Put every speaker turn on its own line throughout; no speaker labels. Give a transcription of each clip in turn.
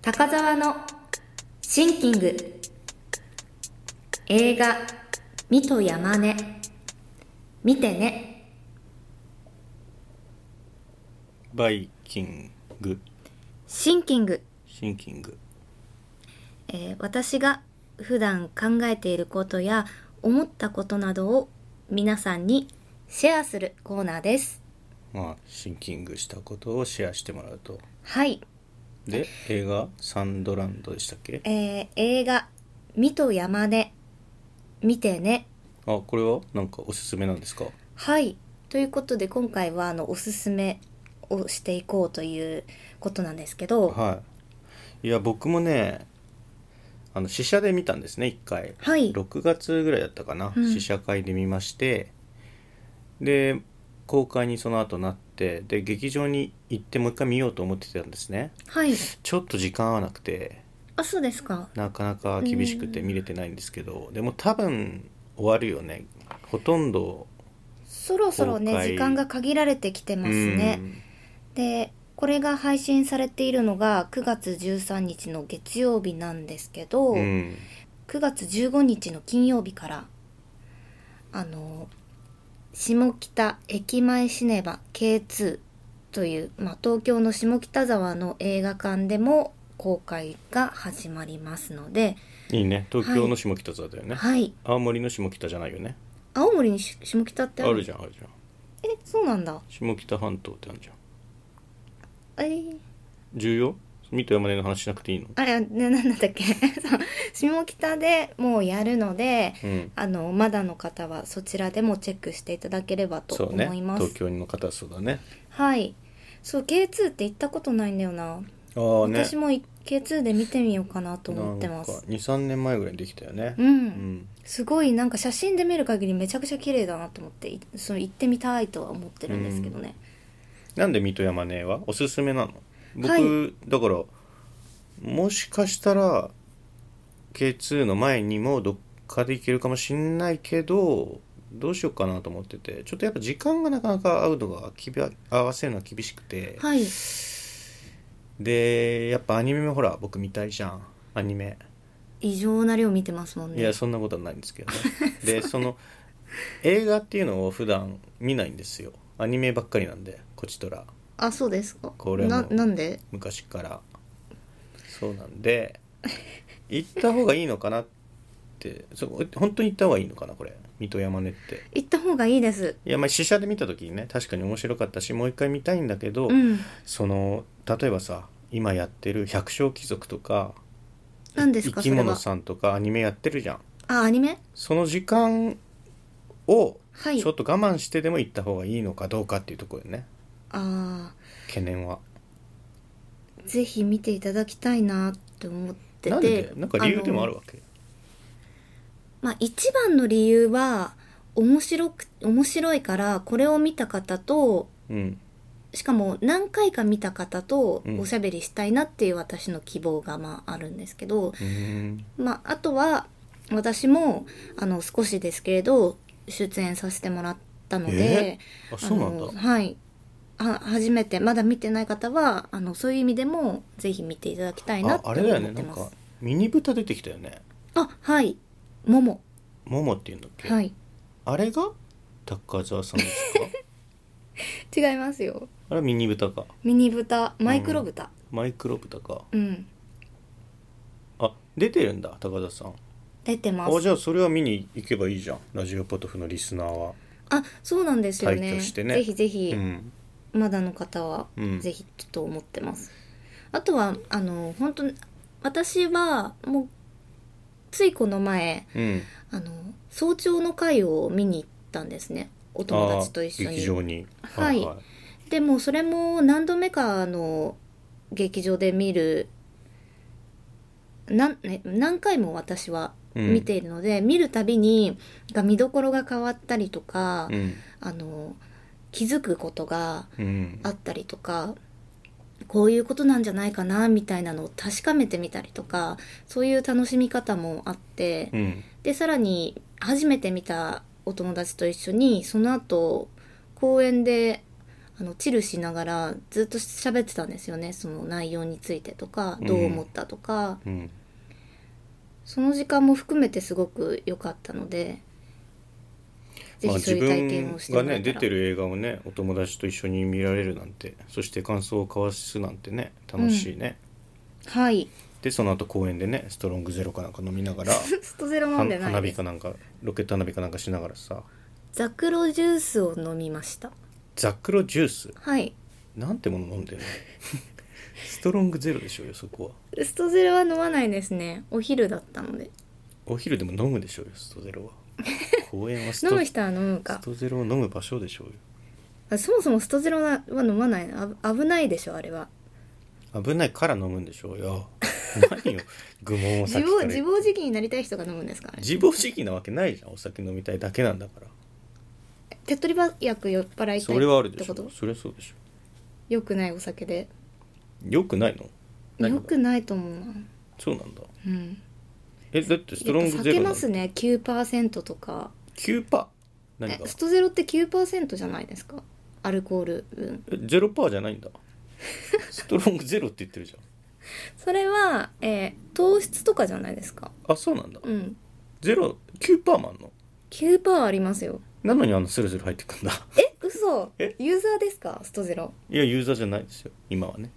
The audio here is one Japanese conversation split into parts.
高沢のシンキング映画「見と山根」見てね
バイキング
シンキング、
シンキング
えー私が普段考えていることや思ったことなどを皆さんにシェアするコーナーです
まあシンキングしたことをシェアしてもらうと
はい、
で映画「サンドランド」でしたっけ
えー映画「見と山根」見てね
あこれはなんかおすすめなんですか
はい。ということで今回はあのおすすめをしていこうということなんですけど、
はいいや僕もねあの試写で見たんですね一回
はい。
6月ぐらいだったかな、
うん
試写会で見ましてで公開にその後なってで劇場に行ってもう一回見ようと思ってたんですね
はい。
ちょっと時間合わなくて
あ、そうですか。
なかなか厳しくて見れてないんですけど、でも多分終わるよねほとんど
そろそろ
公
ね、
開
時間が限られてきてます
う
ね。
ん
で、これが配信されているのが9月13日の月曜日なんですけど、
うん
9月15日の金曜日から、あの、下北駅前シネバ K2 という、まあ、東京の下北沢の映画館でも公開が始まりますので、
いいね東京の下北沢だよね、
はい。
青森の下北じゃないよね
青森にし下北って
あるじ
ゃん。
ゃんあるじゃん
え、そうなんだ。
下北半島ってあるじゃん
えー
重要水戸山根の話しなくていいの
あれ、な、 なんだっけそう下北でもうやるので、
うん
あの、まだの方はそちらでもチェックしていただければと
そうね
思います。
東京の方はそうだね
はい。そう、K2 って行ったことないんだよな。
ああね
私も K2 で見てみようかなと思ってま
なん
す
か。23年前ぐらいにできたよね
う。
うんん
すごいなんか写真で見る限りめちゃくちゃ綺麗だなと思って、いその行ってみたいとは思ってるんですけどね。
なんで水戸山根はおすすめなの僕、
はい
だからもしかしたら K2 の前にもどっかで行けるかもしんないけどどうしようかなと思っててちょっとやっぱ時間がなかなか合うのがきび合わせるのが厳しくて、
はい。
でやっぱアニメもほら僕見たいじゃんアニメ
異常な量見てますもん
い
ね。
やそんなことはないんですけどねでその映画っていうのを普段見ないんですよアニメばっかりなんでこちとら
あ、そうですか。
これも
な、なんで
昔からそうなんで行った方がいいのかなってそう本当に行った方がいいのかなこれ水戸山根って
行った方がいいです。
いやまあ試写で見た時にね確かに面白かったしもう一回見たいんだけど、
うん。
その例えばさ今やってる「百姓貴族」とか
何ですか、
生き
それ
物
は。
さんとかアニメやってるじゃん
あ、アニメ
その時間を
はい
ちょ。っと我慢してでも行った方がいいのかどうかっていうところよね
あ
懸念は
ーぜひ見ていただきたいなって思ってて。
なんでなんか理由でもあ
の
るわけ
まあ、一番の理由は面白く面白いからこれを見た方と
うん
しかも何回か見た方と
うん
おしゃべりしたいなっていう私の希望がまああるんですけど、
うーん
まあ、あとは私もあの少しですけれど出演させてもらったので、
あそうなんだ
あのはいは初めてまだ見てない方はあのそういう意味でもぜひ見ていただきたいな
あ
って
あ
思
れだよね
っ
な
て
ん
ます。
かミニ豚出てきたよね
あはいもも
モモっていうんだっけ、
はい
あれが高澤さ んですか
違いますよ
あれミニ豚か
ミニ豚マイクロ豚、
マイクロ豚か
うん、
あ出てるんだ高澤さん
出てま
あ
す。
じゃあそれは見に行けばいいじゃんラジオポトフのリスナーは
あ、そうなんですよね。
退去してね
ぜひぜひ
う、ん
まだの方は、
うん
ぜひちょっと思ってます。あとは、あの、本当に私は、もう、ついこの前、
うん
あの、早朝の会を見に行ったんですね。お友達と一緒
あ劇場
に。
に
はいでも、それも何度目か、あの、劇場で見る、なん、ね、何回も私は
うん
見ているので、見るたびに、が見どころが変わったりとか、
うん
あの気づくことが
うん
あったりとかこういうことなんじゃないかなみたいなのを確かめてみたりとかそういう楽しみ方もあって、
うん
でさらに初めて見たお友達と一緒にその後公園であのチルしながらずっと喋ってたんですよねその内容についてとかどう思ったとか、
うん
その時間も含めてすごく良かったのでぜ
まあ、
ひそう
自
いう体験
分
をしても
が
らえたら、
ね出てる映画をねお友達と一緒に見られるなんてそして感想を交わすなんてね楽しいね、
はい
でその後公園でねストロングゼロかなんか飲みながら
ストゼロ飲
は
んでない
花
で
火
す
かなんかロケット花火かなんかしながらさ
ザクロジュースを飲みました
ザクロジュース
はい
なんてもの飲んでるの ストロングゼロでしょうよそこは
ストゼロは飲まないですねお昼だったので
お昼でも飲むでしょうよストゼロは公園は ス
飲
ト
む人は飲むか
ストゼロを飲む場所でしょうよ
あそもそもストゼロは飲まないあ危ないでしょあれは
危ないから飲むんでしょう よ何よ愚問を
自
さっき
暴
から
自暴自棄になりたい人が飲むんですから、ね、
自暴自棄なわけないじゃんお酒飲みたいだけなんだから
手っ取り早く酔っ払いた
そ
い
れはある
っ
で
て
し
こ
ょ
と
それはそうでしょ
良くないお酒で
よくないの何が
良くないと思うな
そうなんだ
うん
えだってスト
や
ロン
っ
グ
ぱ
ゼ
避
ロ
け
な
ま
ん
すね9%とか
9パー何
え
が
ストゼロって9%じゃないですかアルコール分
えゼロパーじゃないんだストロングゼロって言ってるじゃん
それは、えー糖質とかじゃないですか
あそうなんだ
うん
ゼロ9パーもあんの
9%ありますよ
なのにあのスルスル入ってくんだ
え嘘
え
ユーザーですかストゼロ
いやユーザーじゃないですよ今はね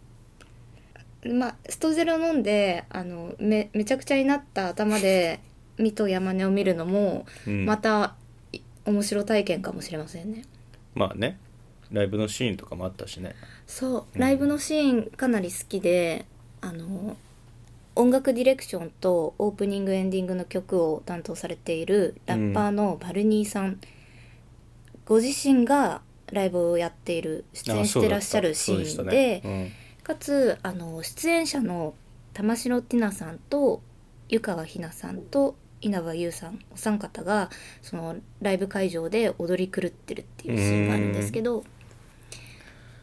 まあストゼロ飲んであのめめちゃくちゃになった頭で 水戸山根を見るのも、
うん
またい面白体験かもしれませんね
まあねライブのシーンとかもあったしね
そう
うん
ライブのシーンかなり好きで、あの音楽ディレクションとオープニングエンディングの曲を担当されているラッパーのバルニーさん、ご自身がライブをやっている出演してらっしゃるシ
そうだった
ー
そう
ン
で
で
したね
かつあの出演者の玉城ティナさんと湯川ひなさんと稲葉優さんお三方がそのライブ会場で踊り狂ってるっていうシーンがあるんですけど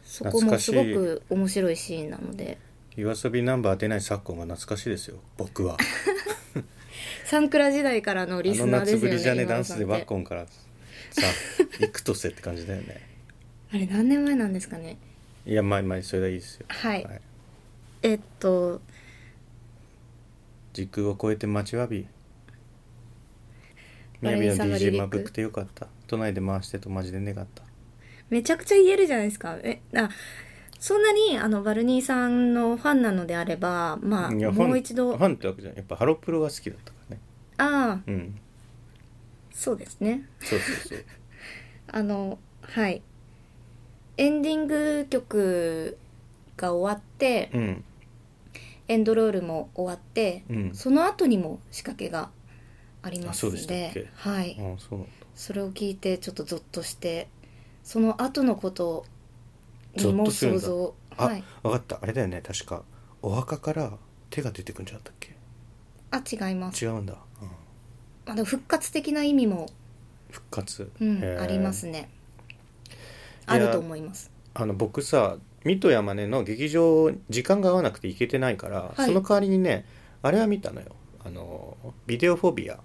そこもすご
懐
く面白いシーンなので
うん、夜遊びナンバー出ない昨今が懐かしいですよ僕は
サンクラ時代からのリ
あ
ス
の
ナーで
夏
す
ぶ
よ
り
ね
じゃね
今
ダン
田さ
ス
ん
で
っ
ワッ
て
コンからさ行くとせって感じだよね
あれ何年前なんですかね
いやまあまあそれでいいですよ
はいえっと
時空を超えて待ちわび
バ
雅
レリーサ
の
マリリッ
DJ
ク
まぶくてよかった都内で回してとマジで願った
めちゃくちゃ言えるじゃないですかえあそんなにあのバルニーさんのファンなのであればまあ
いや
も
ファ
う
ン
一度
ファンってわけじゃないやっぱハロプロが好きだったからね
ああ
うん
そうですね
そうそう そう
あのはいエンディング曲が終わって
うん
エンドロールも終わって、
うん
その後にも仕掛けがありますの
あそう
で
でしたっけ
はい、
ああそうなんだ
それを聞いてちょっとゾッとしてその後のことに
ゾッ
も
とするん
想
だ
像
あ、
はい
分かったあれだよね確かお墓から手が出てくんじゃなかったっ
あ違います
け違うんだ、うん
あの復活的な意味も、
復活、
うん
へえ
ありますね
や
あると思います
あの僕さ水戸山根の劇場時間が合わなくて行けてないから、
はい
その代わりにねあれは見たのよあのビデオフォビア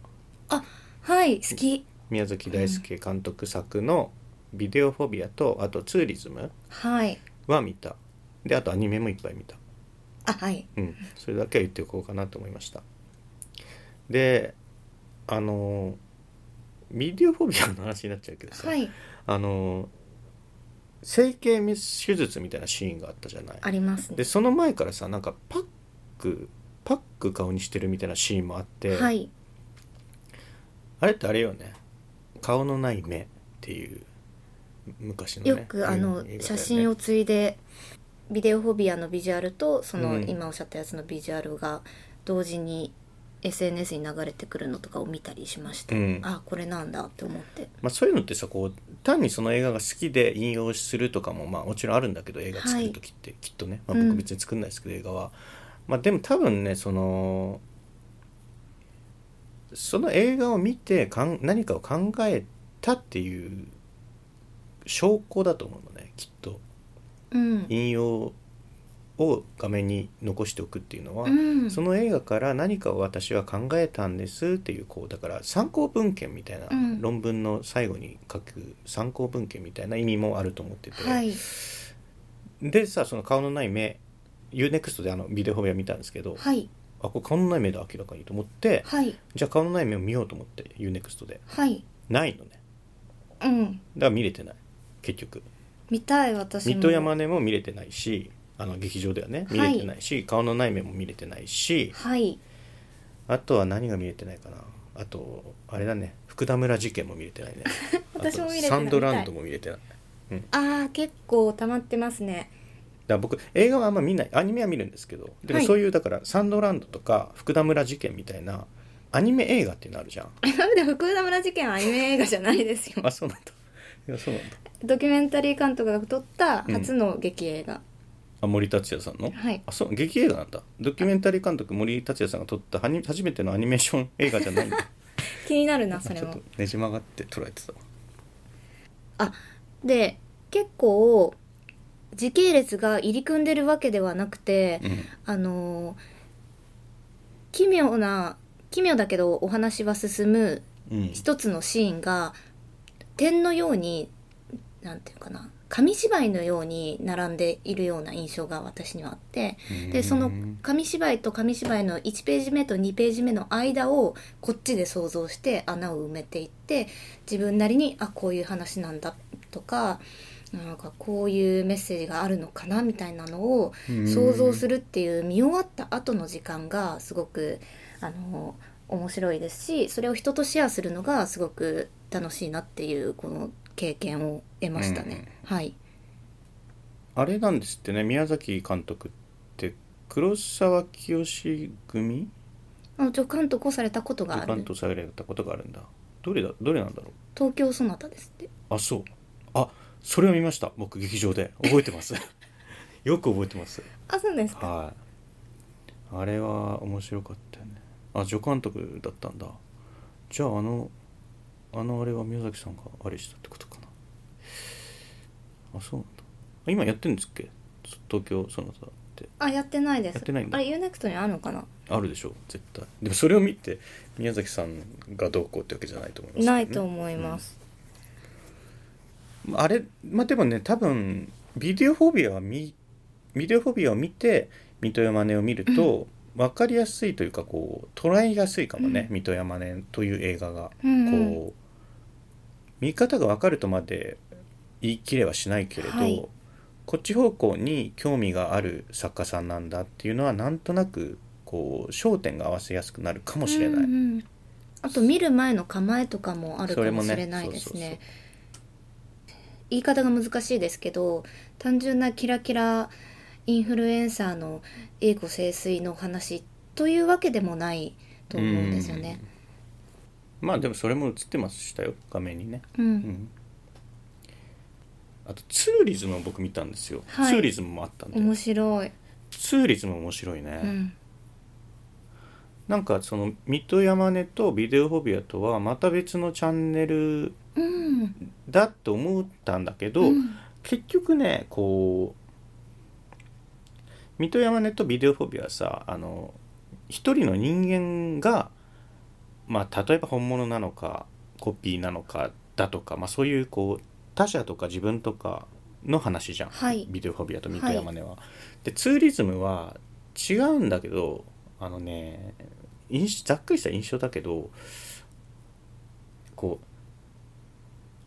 はい好き
宮崎大輔監督作のビデオフォビアと、あとツーリズム
はい
は見たであとアニメもいっぱい見た
あはい
うん、それだけは言っておこうかなと思いましたであのビデオフォビアの話になっちゃうけどさ、
はい
あの整形ミス手術みたいなシーンがあったじゃない
あります
で
ね
その前からさなんかパックパック顔にしてるみたいなシーンもあって、
はい
あれってあれよね顔のない目っていう昔のね
よくあの写真
を
を継いでビデオフォビアのビジュアルとそうの
ん
今おっしゃったやつのビジュアルが同時に SNS に流れてくるのとかを見たりしました、
うん
あこれなんだって思って
まあ、そういうのってさこう単にその映画が好きで引用するとかもまあもちろんあるんだけど映画作る時ってきっとね、
う
まあ、
ん
僕別に作んないですけど、映画は、まあ、でも多分ねそのその映画を見てかん何かを考えたっていう証拠だと思うのねきっと
うん
引用を画面に残しておくっていうのは、
うん
その映画から何かを私は考えたんですっていうこうだから参考文献みたいな、
うん
論文の最後に書く参考文献みたいな意味もあると思ってて、
はい
でさその顔のない目 UNEXT であのビデオ褒を見たんですけど、
はい
あこれ顔のない目だ明らかにと思って
はい
じゃあ顔のない目を見ようと思って UNEXT で
はい
ないのね
うん
だから見れてない結局
見たい私も
水戸山根も見れてないしあの劇場ではね見れてないし、顔のない目も見れてないし
はい
あとは何が見れてないかなあとあれだね福田村事件も見れてないね
私も見れてない
あとサンドランドも見れてない
ああ結構溜まってますね
だから僕映画はあんま見ないアニメは見るんですけどでも
はい
そういうだからサンドランドとか福田村事件みたいなアニメ映画っていうのあるじゃん
なんで福田村事件はアニメ映画じゃないですよ
あそうなんだいやそうなんだ
ドキュメンタリー監督が撮った初の劇映画、
あ森達也さんの、
はい
あそう劇映画なんだドキュメンタリー監督森達也さんが撮ったはに初めてのアニメーション映画じゃないんだ
気になるな
あ
それ
ちょっ
も
とねじ曲がって捉えてたわ
あで結構時系列が入り組んでるわけではなくて、
うん
あのー奇妙な奇妙だけどお話は進む
うん
一つのシーンが点のようになんていうかな紙芝居のように並んでいるような印象が私にはあって
う
で
ん
その紙芝居と紙芝居の1ページ目と2ページ目の間をこっちで想像して穴を埋めていって自分なりにあこういう話なんだとかなんかこういうメッセージがあるのかなみたいなのを
うん
想像するっていう見終わった後の時間がすごくあの面白いですしそれを人とシェアするのがすごく楽しいなっていうこの経験を得ましたね。はい、
あれなんですってね宮崎監督って黒沢清組
あの助監督をされたことがあ
監
る
督されたことがあるんだどれだどれなんだろ
東京そなたですって
うあそうあそれを見ました僕劇場で覚えてます よく覚えてます
あそうですか
はいあれは面白かったよねあ助監督だったんだじゃああのあのあれは宮崎さんがあれしたってことかなあそうなんだあ今やってるんですっけ東京その他って
あやってないです
やってないんだ
あれユーネクトにあるのかな
あるでしょう絶対でもそれを見て宮崎さんがどうこうってわけじゃないと思いますけどね、
ないと思います、
まああれまあでもね多分ビデオフォビアは見ビデオフォビアを見て水戸山根を見ると分かりやすいというかこう捉えやすいかもね、
う
水戸山根という映画が、
うん
こ
うん
う見方が分かるとまで言い切れはしないけれど、
はい
こっち方向に興味がある作家さんなんだっていうのはなんとなくこう焦点が合わせやすくなるかもしれない。
うんうんあと見る前の構えとかもあるかもしれないです
それもね
ね言い方が難しいですけど単純なキラキラインフルエンサーの栄枯盛衰の話というわけでもないと思うんですよね。
まあでもそれも映ってましたよ画面にね。
うん、
うんあとツーリズムを僕見たんですよ、
はい
ツーリズムもあったんで
面白い、
ツーリズム面白いね、
うん、
なんかその水戸山根とビデオフォビアとはまた別のチャンネル
うん、
だと思ったんだけど、
うん
結局ねこう水戸山根とビデオフォビアはさあの一人の人間がまあ例えば本物なのかコピーなのかだとか、まあ、そういうこう他者とか自分とかの話じゃん、
はい
ビデオフォビアと水戸山根は。でツーリズムは違うんだけどあのね印ざっくりした印象だけどこう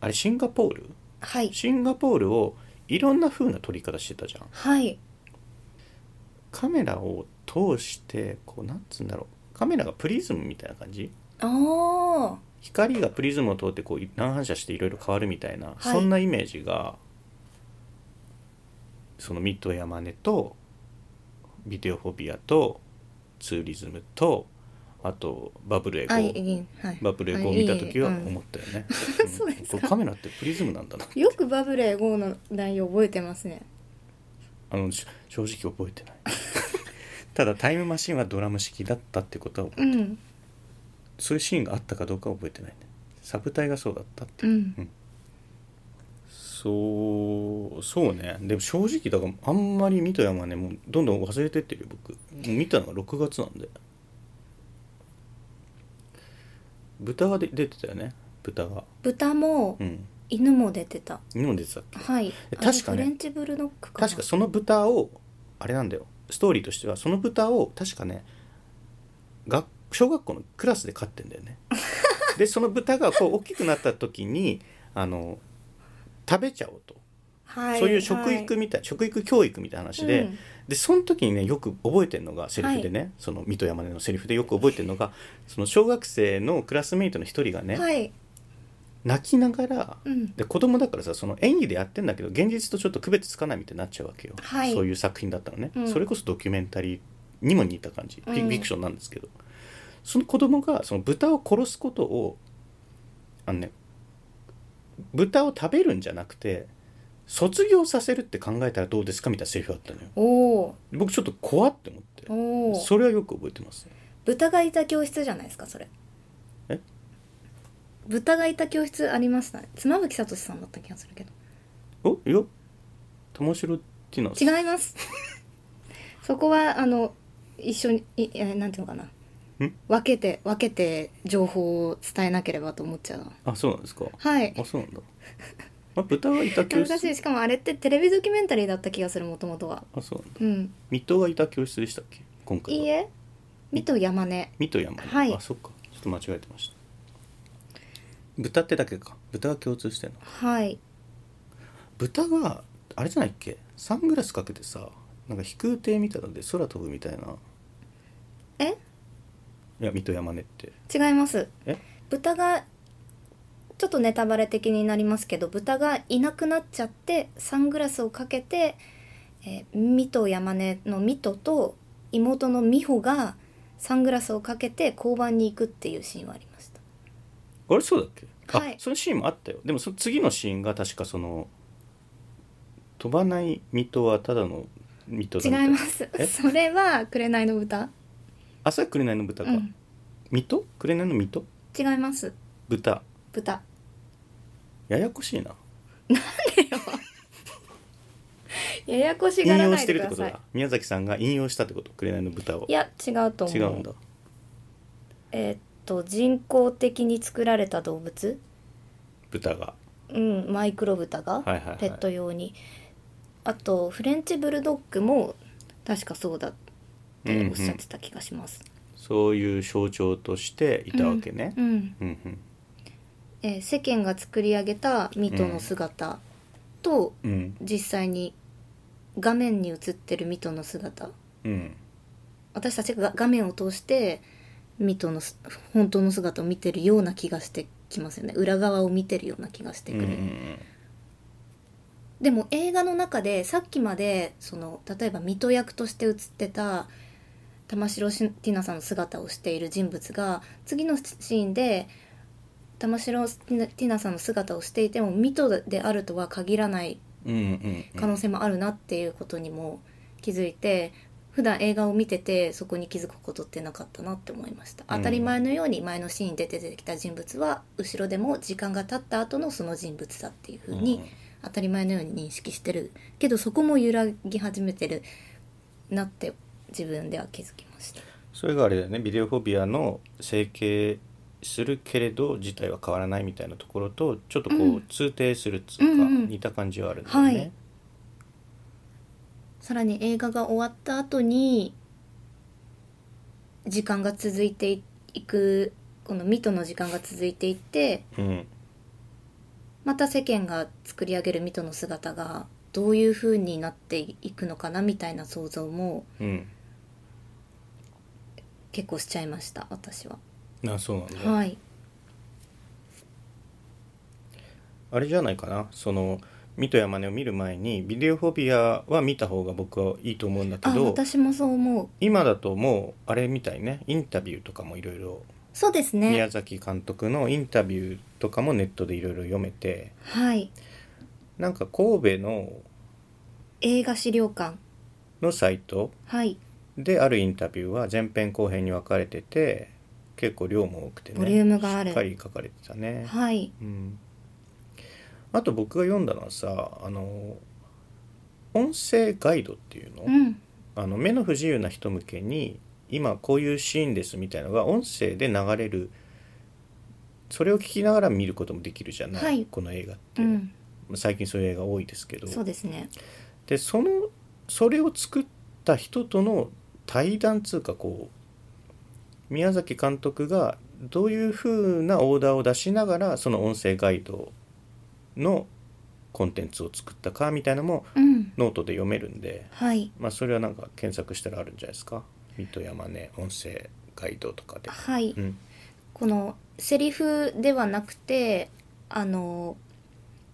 あれシンガポール
はい
シンガポールをいろんな風な撮り方してたじゃん
はい
カメラを通してこうなんつうんだろうカメラがプリズムみたいな感じ
あー
光がプリズムを通ってこう乱反射していろいろ変わるみたいな、
はい
そんなイメージがそのミッドヤマネとビデオフォビアとツーリズムとあとバブルエゴ
あいいはい
バブルエゴを見た時は
あいいうん
思ったよね、ん
そうですか
これカメラってプリズムなんだな
よくバブレー号の内容覚えてますね
あのし正直覚えてないただタイムマシンはドラム式だったってことは覚え
うん
そういうシーンがあったかどうかは覚えてないねサブ隊がそうだったって
う
いう、
ん
そうそうねでも正直だからあんまり見た山ねもうどんどん忘れてってるよ僕もう見たのが6月なんで豚がで出てたよね豚が
豚も
うん
犬も出てた、
日本出てたっけ
はい
え
あれ
確かね
フレンチブルドッグかな
確かその豚をあれなんだよストーリーとしてはその豚を確かね学小学校のクラスで飼ってんだ よねでその豚がこう大きくなった時にあの食べちゃおうと、
は
そういう食育みたい、食育教育みたいな話で、
うん
でその時にねよく覚えてるのがセリフでね、その水戸山根のセリフでよく覚えてるのがその小学生のクラスメイトの一人がね、
はい、
泣きながら
うん、
で子供だからさその演技でやってんだけど現実とちょっと区別つかないみたいになっちゃうわけよ、
はい
そういう作品だったのね、
うん
それこそドキュメンタリーにも似た感じフィ
うん
フィクションなんですけど、その子供がその豚を殺すことをあのね豚を食べるんじゃなくて卒業させるって考えたらどうですかみたいなセリフがあったのよ
おお
僕ちょっと怖って思って
おお
それはよく覚えてます
豚がいた教室じゃないですかそれ
え
豚がいた教室ありましたね妻夫木聡さんだった気がするけど
おいや玉城っていうのは
違いますそこはあの一緒にいえなんていうのかなん分けて分けて情報を伝えなければと思っちゃうな
あそうなんですか
はい
あそうなんだあ豚がいた教
懐
室
かしいしかもあれってテレビドキュメンタリーだった気がするもともとは
あそうなんだ
うん
水戸がいた教室でしたっけ今回はい
いえ美と山根
水戸山根、
はい
あそっかちょっと間違えてました豚ってだけか豚が共通してんの
はい
豚があれじゃないっけサングラスかけてさなんか飛空艇みたいなので空飛ぶみたいな
え
いや水戸山根って
違います
え
豚がちょっとネタバレ的になりますけど豚がいなくなっちゃってサングラスをかけて、えー、ミト山根のミトと妹の美穂がサングラスをかけて交番に行くっていうシーンはありました
あれそうだっけ、
はい
あそのシーンもあったよでもその次のシーンが確かその飛ばない水戸はただの水戸だみた
違いま
な
す
え
それは紅の豚
あそれは紅の豚
う
か、
ん
水戸紅の水戸
違います
豚
豚
ややこしいな
ややこしが
引
ら
用
な
し
い
て
で
る
く
って
だ
こ
さい
とだ宮崎さんが引用したってこと紅の豚を
いや違うと思
違
う
うんだ
えーっと人工的に作られた動物
豚が
うん、マイクロ豚が、
はいはいはい
ペット用にあとフレンチブルドッグも確かそうだっ
う
て
んうん
おっしゃってた気がします、
そういう象徴としていたわけね
うん
うんうん
えー世間が作り上げたミトの姿と、
うん
実際に画面に映ってるミトの姿
うん
私たちが画面を通してミトのす本当の姿を見てるような気がしてきますよね裏側を見てるような気がして
う
く
んう
る、
ん
でも映画の中でさっきまでその例えば水戸役として映ってた玉城しティナさんの姿をしている人物が次のシーンで玉城ティナティナさんの姿をしていても水戸であるとは限らない
うんうん
可能性もあるなっていうことにも気づいて、普段映画を見ててそこに気づくことってなかったなって思いました
うん
当たり前のように前のシーンで出てきた人物は後ろでも時間が経った後のその人物だっていうふうに、当たり前のように認識してるけどそこも揺らぎ始めてるなって自分では気づきました
それがあれだよねビデオフォビアの整形するけれど自体は変わらないみたいなところとちょっとこ
う
うん通底するっつうか
うんうん
似た感じはあるんだよ
は
ね
いさらに映画が終わった後に時間が続いていくこのミトの時間が続いていって
うん
また世間が作り上げるミトの姿がどういう風になっていくのかなみたいな想像も
うん
結構しちゃいました私は、
あそうなんだ
はい
あれじゃないかなそのミトやマネを見る前にビデオフォビアは見た方が僕はいいと思うんだけ
あ
ど
私もそう思う
今だともうあれみたいねインタビューとかもいろいろ
そうですね
宮崎監督のインタビューとかもネットでいろいろ読めて
はい
なんか神戸の
映画資料館
のサイト
はい
であるインタビューは前編後編に分かれてて結構量も多くてね
ボリュームがある
しっかり書かれてたね、
はい
うん、あと僕が読んだのはさあの音声ガイドっていうの,、
うん
あの目の不自由な人向けに今こういうシーンですみたいのが音声で流れるそれを聞きながら見ることもできるじゃない、
はい
この映画って、
うん
最近そういう映画多いですけど
そうですね
でそのそれを作った人との対談つうかこう宮崎監督がどういう風なオーダーを出しながらその音声ガイドのコンテンツを作ったかみたいなのも
うん
ノートで読めるんで、
はい
まあ、それはなんか検索したらあるんじゃないですか水戸山ね音声ガイドとかで。
はい
うん、
このセリフではなくてあの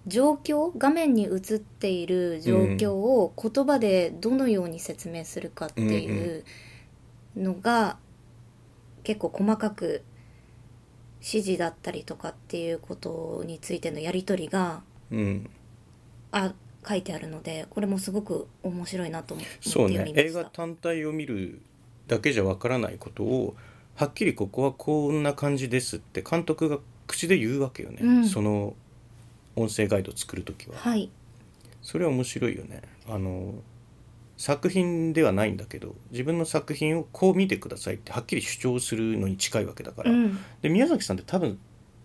状況画面に映っている状況を言葉でどのように説明するかっていううのが結構細かく指示だったりとかっていうことについてのやり取りが
うん、
あ書いてあるのでこれもすごく面白いなと思って
そう
読みま
ね
した。
映画単体を見るだけじゃわからないことをはっきりここはこんな感じですって監督が口で言うわけよね、
うん
その音声ガイド作る時は
はい、
それは面白いよねあの作品ではないんだけど自分の作品をこう見てくださいってはっきり主張するのに近いわけだから、
うん
で宮崎さんって多分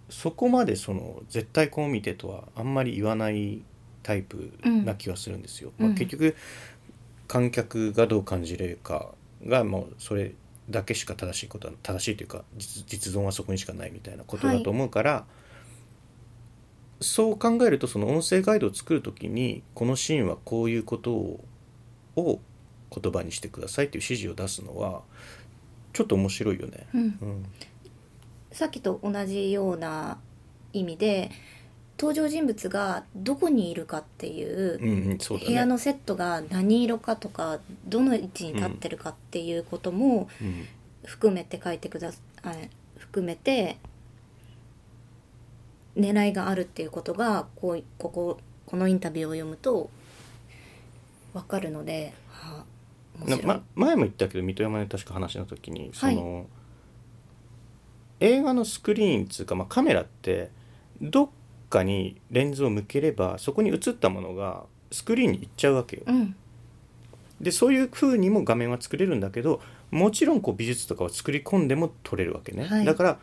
そこまでその絶対こう見てとはあんまり言わないタイプな気はするんですよ。
うん
ま
う
あ、
ん
結局観客がどう感じれるかがもうそれだけしか正しいことは正しいというか実実存はそこにしかないみたいなことだと思うから、そう考えるとその音声ガイドを作る時にこのシーンはこういうことをを言葉にしてくださいっていう指示を出すのはちょっと面白いよね。
うん
うん
さっきと同じような意味で登場人物がどこにいるかっていう、
うんうん、そうだね
部屋のセットが何色かとかどの位置に立ってるかっていうことも
うん
含めて書いてくださあ含めて狙いがあるっていうことがこうこここのインタビューを読むとわかるので、はあ、面
な
白い、
ま、前も言ったけど水戸山で確か話の時にその、映画のスクリーンつうか、まあ、カメラってどっかにレンズを向ければそこに映ったものがスクリーンに行っちゃうわけよ。
うん
でそういう風にも画面は作れるんだけどもちろんこう美術とかを作り込んでも撮れるわけね。
はい
だから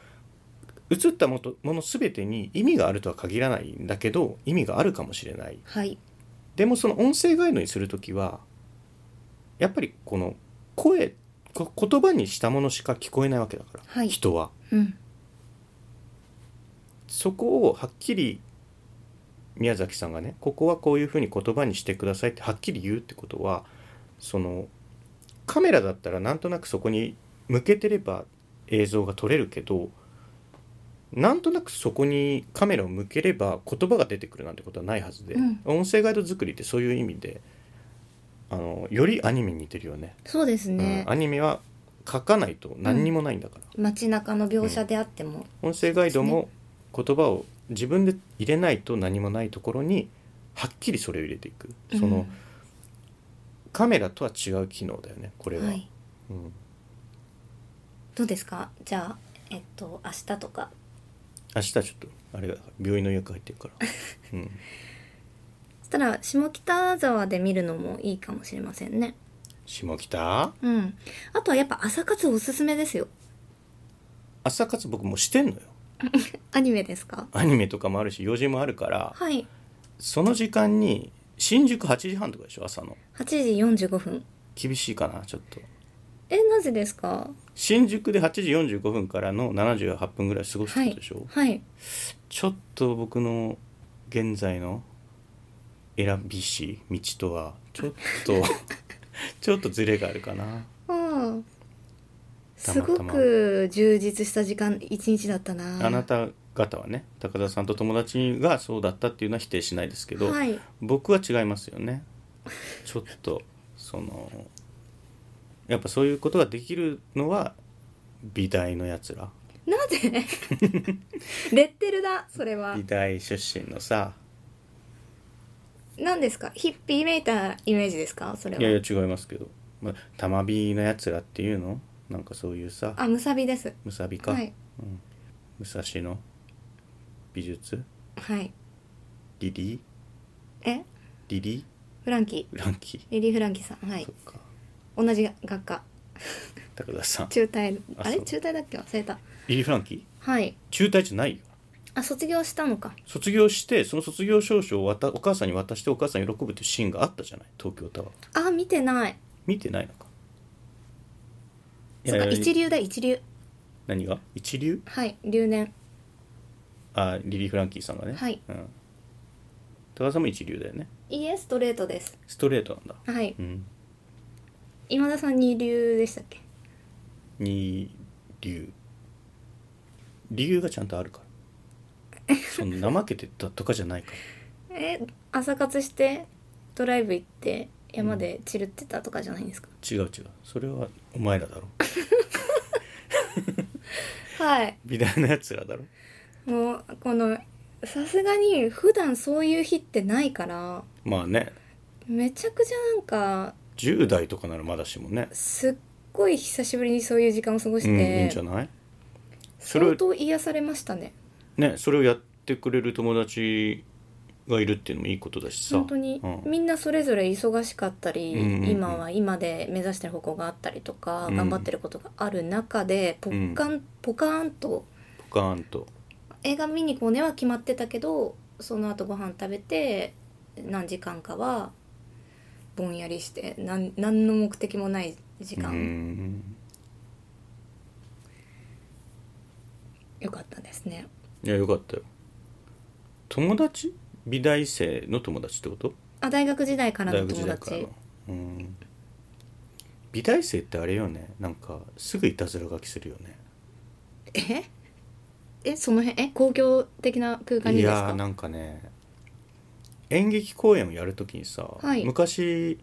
映ったもともの全てに意味があるとは限らないんだけど意味があるかもしれない
はい
でもその音声ガイドにするときはやっぱりこの声こ言葉にしたものしか聞こえないわけだから、
はい
人は
うん
そこをはっきり宮崎さんがねここはこういうふうに言葉にしてくださいってはっきり言うってことはそのカメラだったらなんとなくそこに向けてれば映像が撮れるけどなんとなくそこにカメラを向ければ言葉が出てくるなんてことはないはずで、
うん
音声ガイド作りってそういう意味であのよりアニメに似てるよね
そうですね
うん、アニメは書かないと何にもないんだから、
街中の描写であっても、
音声ガイドも言葉を自分で入れないと何もないところにはっきりそれを入れていく、そのカメラとは違う機能だよねこ
う
れ
ん
は、
はい
うん、
どうですかじゃあえっと明日とか
明日はちょっとあれが病院の予約入ってる から、うん、
そしたら下北沢で見るのもいいかもしれませんね
下北
うんあとはやっぱ朝活おすすめですよ
朝活僕もうしてんのよ
アニメですか
アニメとかもあるし用事もあるから
はい
その時間に新宿8時半とかでしょ朝の
8時45分
厳しいかなちょっと
えなぜですか
新宿で8時45分からの78分ぐらい過ごすっ
は
て
い
ことでしょ、
はい
ちょっと僕の現在の選びし道とはちょっ とちょっとズレがあるかな
ああ
た
す
またま
ごく充実した時間一日だったな
あなた方はね高田さんと友達がそうだったっていうのは否定しないですけど、
はい
僕は違いますよねちょっとそのやっぱそういうことができるのは美大のやつら
な ぜレッテルだそれは
美大出身のさ
何ですかヒッピーめいたイメージですかそれはい
やいや違いますけど、まあ、玉美のやつらっていうのなんかそういうさ
あむさびです
むさびか、
はい
武蔵野美術
はい
リリー
え
リリ
フランキー
ーランキー、
リリー・フランキーさんはい
そっか
同じ学科
高田さん
中退
あ
あれ
そう
中退だっけ忘れた
リリー・フランキー
はい
中退じゃないよ
あ卒業したのか
卒業してその卒業証書をわたお母さんに渡してお母さん喜ぶっていうシーンがあったじゃない東京タワー
あ見てない
見てないのか
そうか
いや
一流だ一流
何が一流
はい留年
あリリー・フランキーさんがね、
はい
うん、高田さんも一流だよね
いいえストレートです
ストレートなんだ
はい
うん
今田さん二流でしたっけ
二流理由がちゃんとあるからその怠けてたとかじゃないから
え朝活してドライブ行って山で散るってたとかじゃないんですか、
違う違うそれはお前らだろ
はい
美大のやつらだろ
もうこのさすがに普段そういう日ってないから
まあね
めちゃくちゃなんか
10代とかならまだしもね
すっごい久しぶりにそういう時間を過ごし
うんいいん
て
じゃないそれ
相当癒されましたね
ねそれをやってくれる友達がいるっていうのもいいことだしさ
本当に、
うん
みんなそれぞれ忙しかったり、
うんうんうん
今は今で目指してる方向があったりとか、
うん
頑張ってることがある中でポッカン、ポカーンと
ポカーンと
映画見に行こうねは決まってたけどその後ご飯食べて何時間かはぼんやりしてなん何の目的もない時
う
間、
ん
よかったですね
いやよかったよ友達美大生の友達ってこと
あ大学時代から
大
の
学時
友
代から
達
のうん美大生ってあれよねなんかすぐいたずら書きするよね
ええその辺え公共的な空間に
い
です
やー
か
なんかね演劇公演をやるときにさ、
はい
昔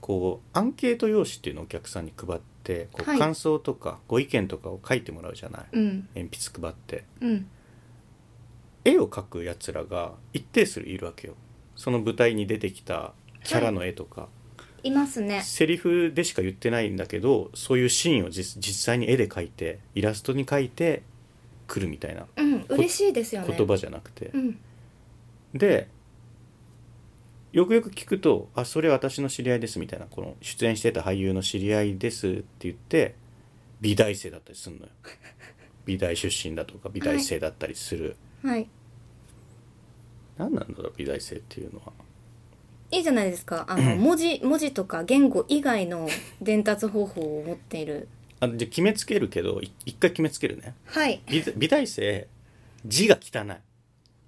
こうアンケート用紙っていうのをお客さんに配ってこう
はい
感想とかご意見とかを書いてもらうじゃない、
うん
鉛筆配って
うん
絵を描くやつらが一定数いるわけよその舞台に出てきたキャラの絵とか、
いますね
セリフでしか言ってないんだけどそういうシーンを実実際に絵で描いてイラストに描いてくるみたいな
うん嬉しいですよね
言葉じゃなくて、
うん
でよくよく聞くと「あそれ私の知り合いです」みたいなこの出演してた俳優の知り合いですって言って美大生だったりす んのよ美大出身だとか美大生だったりする、
はい
何なんだろう美大生っていうのはい
いじゃないですかあ の文字文字とか言語以外の伝達方法を持っている
あじゃあ決めつけるけどい一回決めつけるね
はい
美美大生字が汚い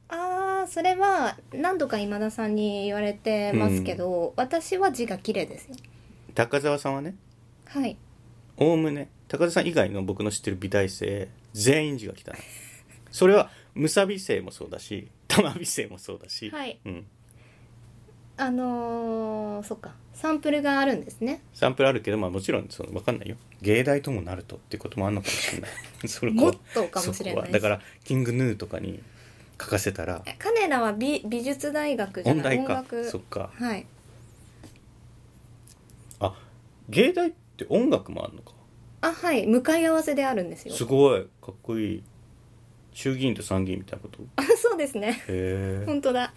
あーそれは何度か今田さんに言われてますけど、私は字が綺麗ですよ
高澤さんはね
はい
おおむね高田さん以外の僕の知ってる美大生全員字が汚いそれはムサビ生もそうだし玉美生もそうだし、
はい
うん、
あのー、そっかサンプルがあるんですね
サンプルあるけどまあもちろんその分かんないよ芸大ともなるとっていうこともあるのかもしれない それこ
もっとかもしれ
そ
ない
こは
で
だ
す
からキングヌーとかに書かせたら
え彼らは美美術大学じゃ
音
ない
大
音
か
楽
そっか
はい
あ芸大って音楽もあるのか
あはい向かい合わせであるんですよ
すごいかっこいい衆議院と参議院みたいなことへ
あそうですね
え
本当だ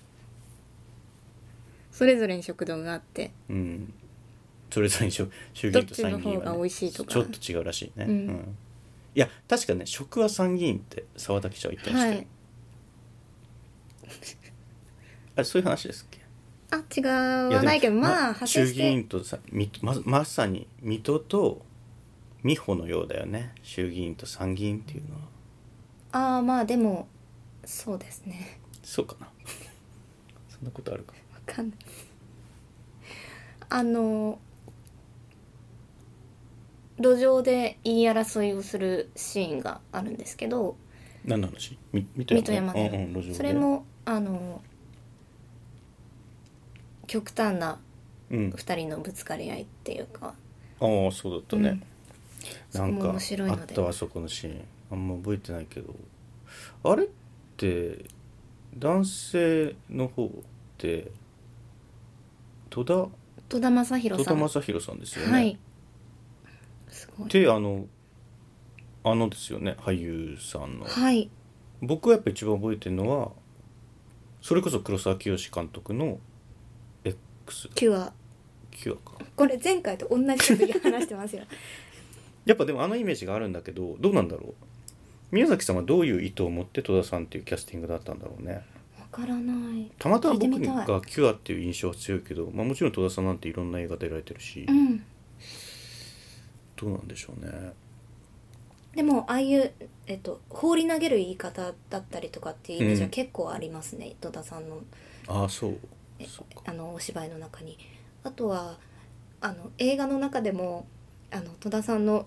それぞれに食堂があって
うん、それぞれに衆衆議院と参議院
どっちの
は、
方が
ね、
美味しいとか
ちょっと違うらしいね、
うん
いや確かね食は参議院って沢田記者は言ってました
は
よ、
い
あれそういう話ですっけ
あ違う
や
は
でも
ないけどまあ
な
派生
衆
し
議
て
院とさみままさに水戸と美穂のようだよね衆議院と参議院っていうのは
ああまあでもそうですね
そうかなそんなことあるか
わかんないあの路上で言い争いをするシーンがあるんですけど
何の話み水戸
水戸
山
山で、
うんうん、路上で
それもあの極端な
うん
2人のぶつかり合いっていうか
ああそうだったね、
うん
な
そこも
ん
面
か
白い
あ
の
っ
で
たわそこのシーンあんま覚えてないけどあれって男性の方って戸田
戸田正
戸
宏さ
田
ん
正宏さんですよね。
はいすごい
であのあのですよね俳優さんの。
はい
僕はやっぱ一番覚えてるのはそれこそ黒沢清監督の X
キュア
キュアか
これ前回と同じこと話してますよ
やっぱでもあのイメージがあるんだけどどうなんだろう宮崎さんはどういう意図を持って戸田さんっていうキャスティングだったんだろうね
わからない
たまたま僕
聞いてみたい
がキュアっていう印象は強いけど、まあ、もちろん戸田さんなんていろんな映画出られてるし、
うん
どうなんでしょうね
でもああいう、えっと、放り投げる言い方だったりとかっていうイメージ
う
は
ん
結構ありますね、戸田さんの
ああそう
え
そうか
あのお芝居の中にあとはあの映画の中でもあの戸田さんの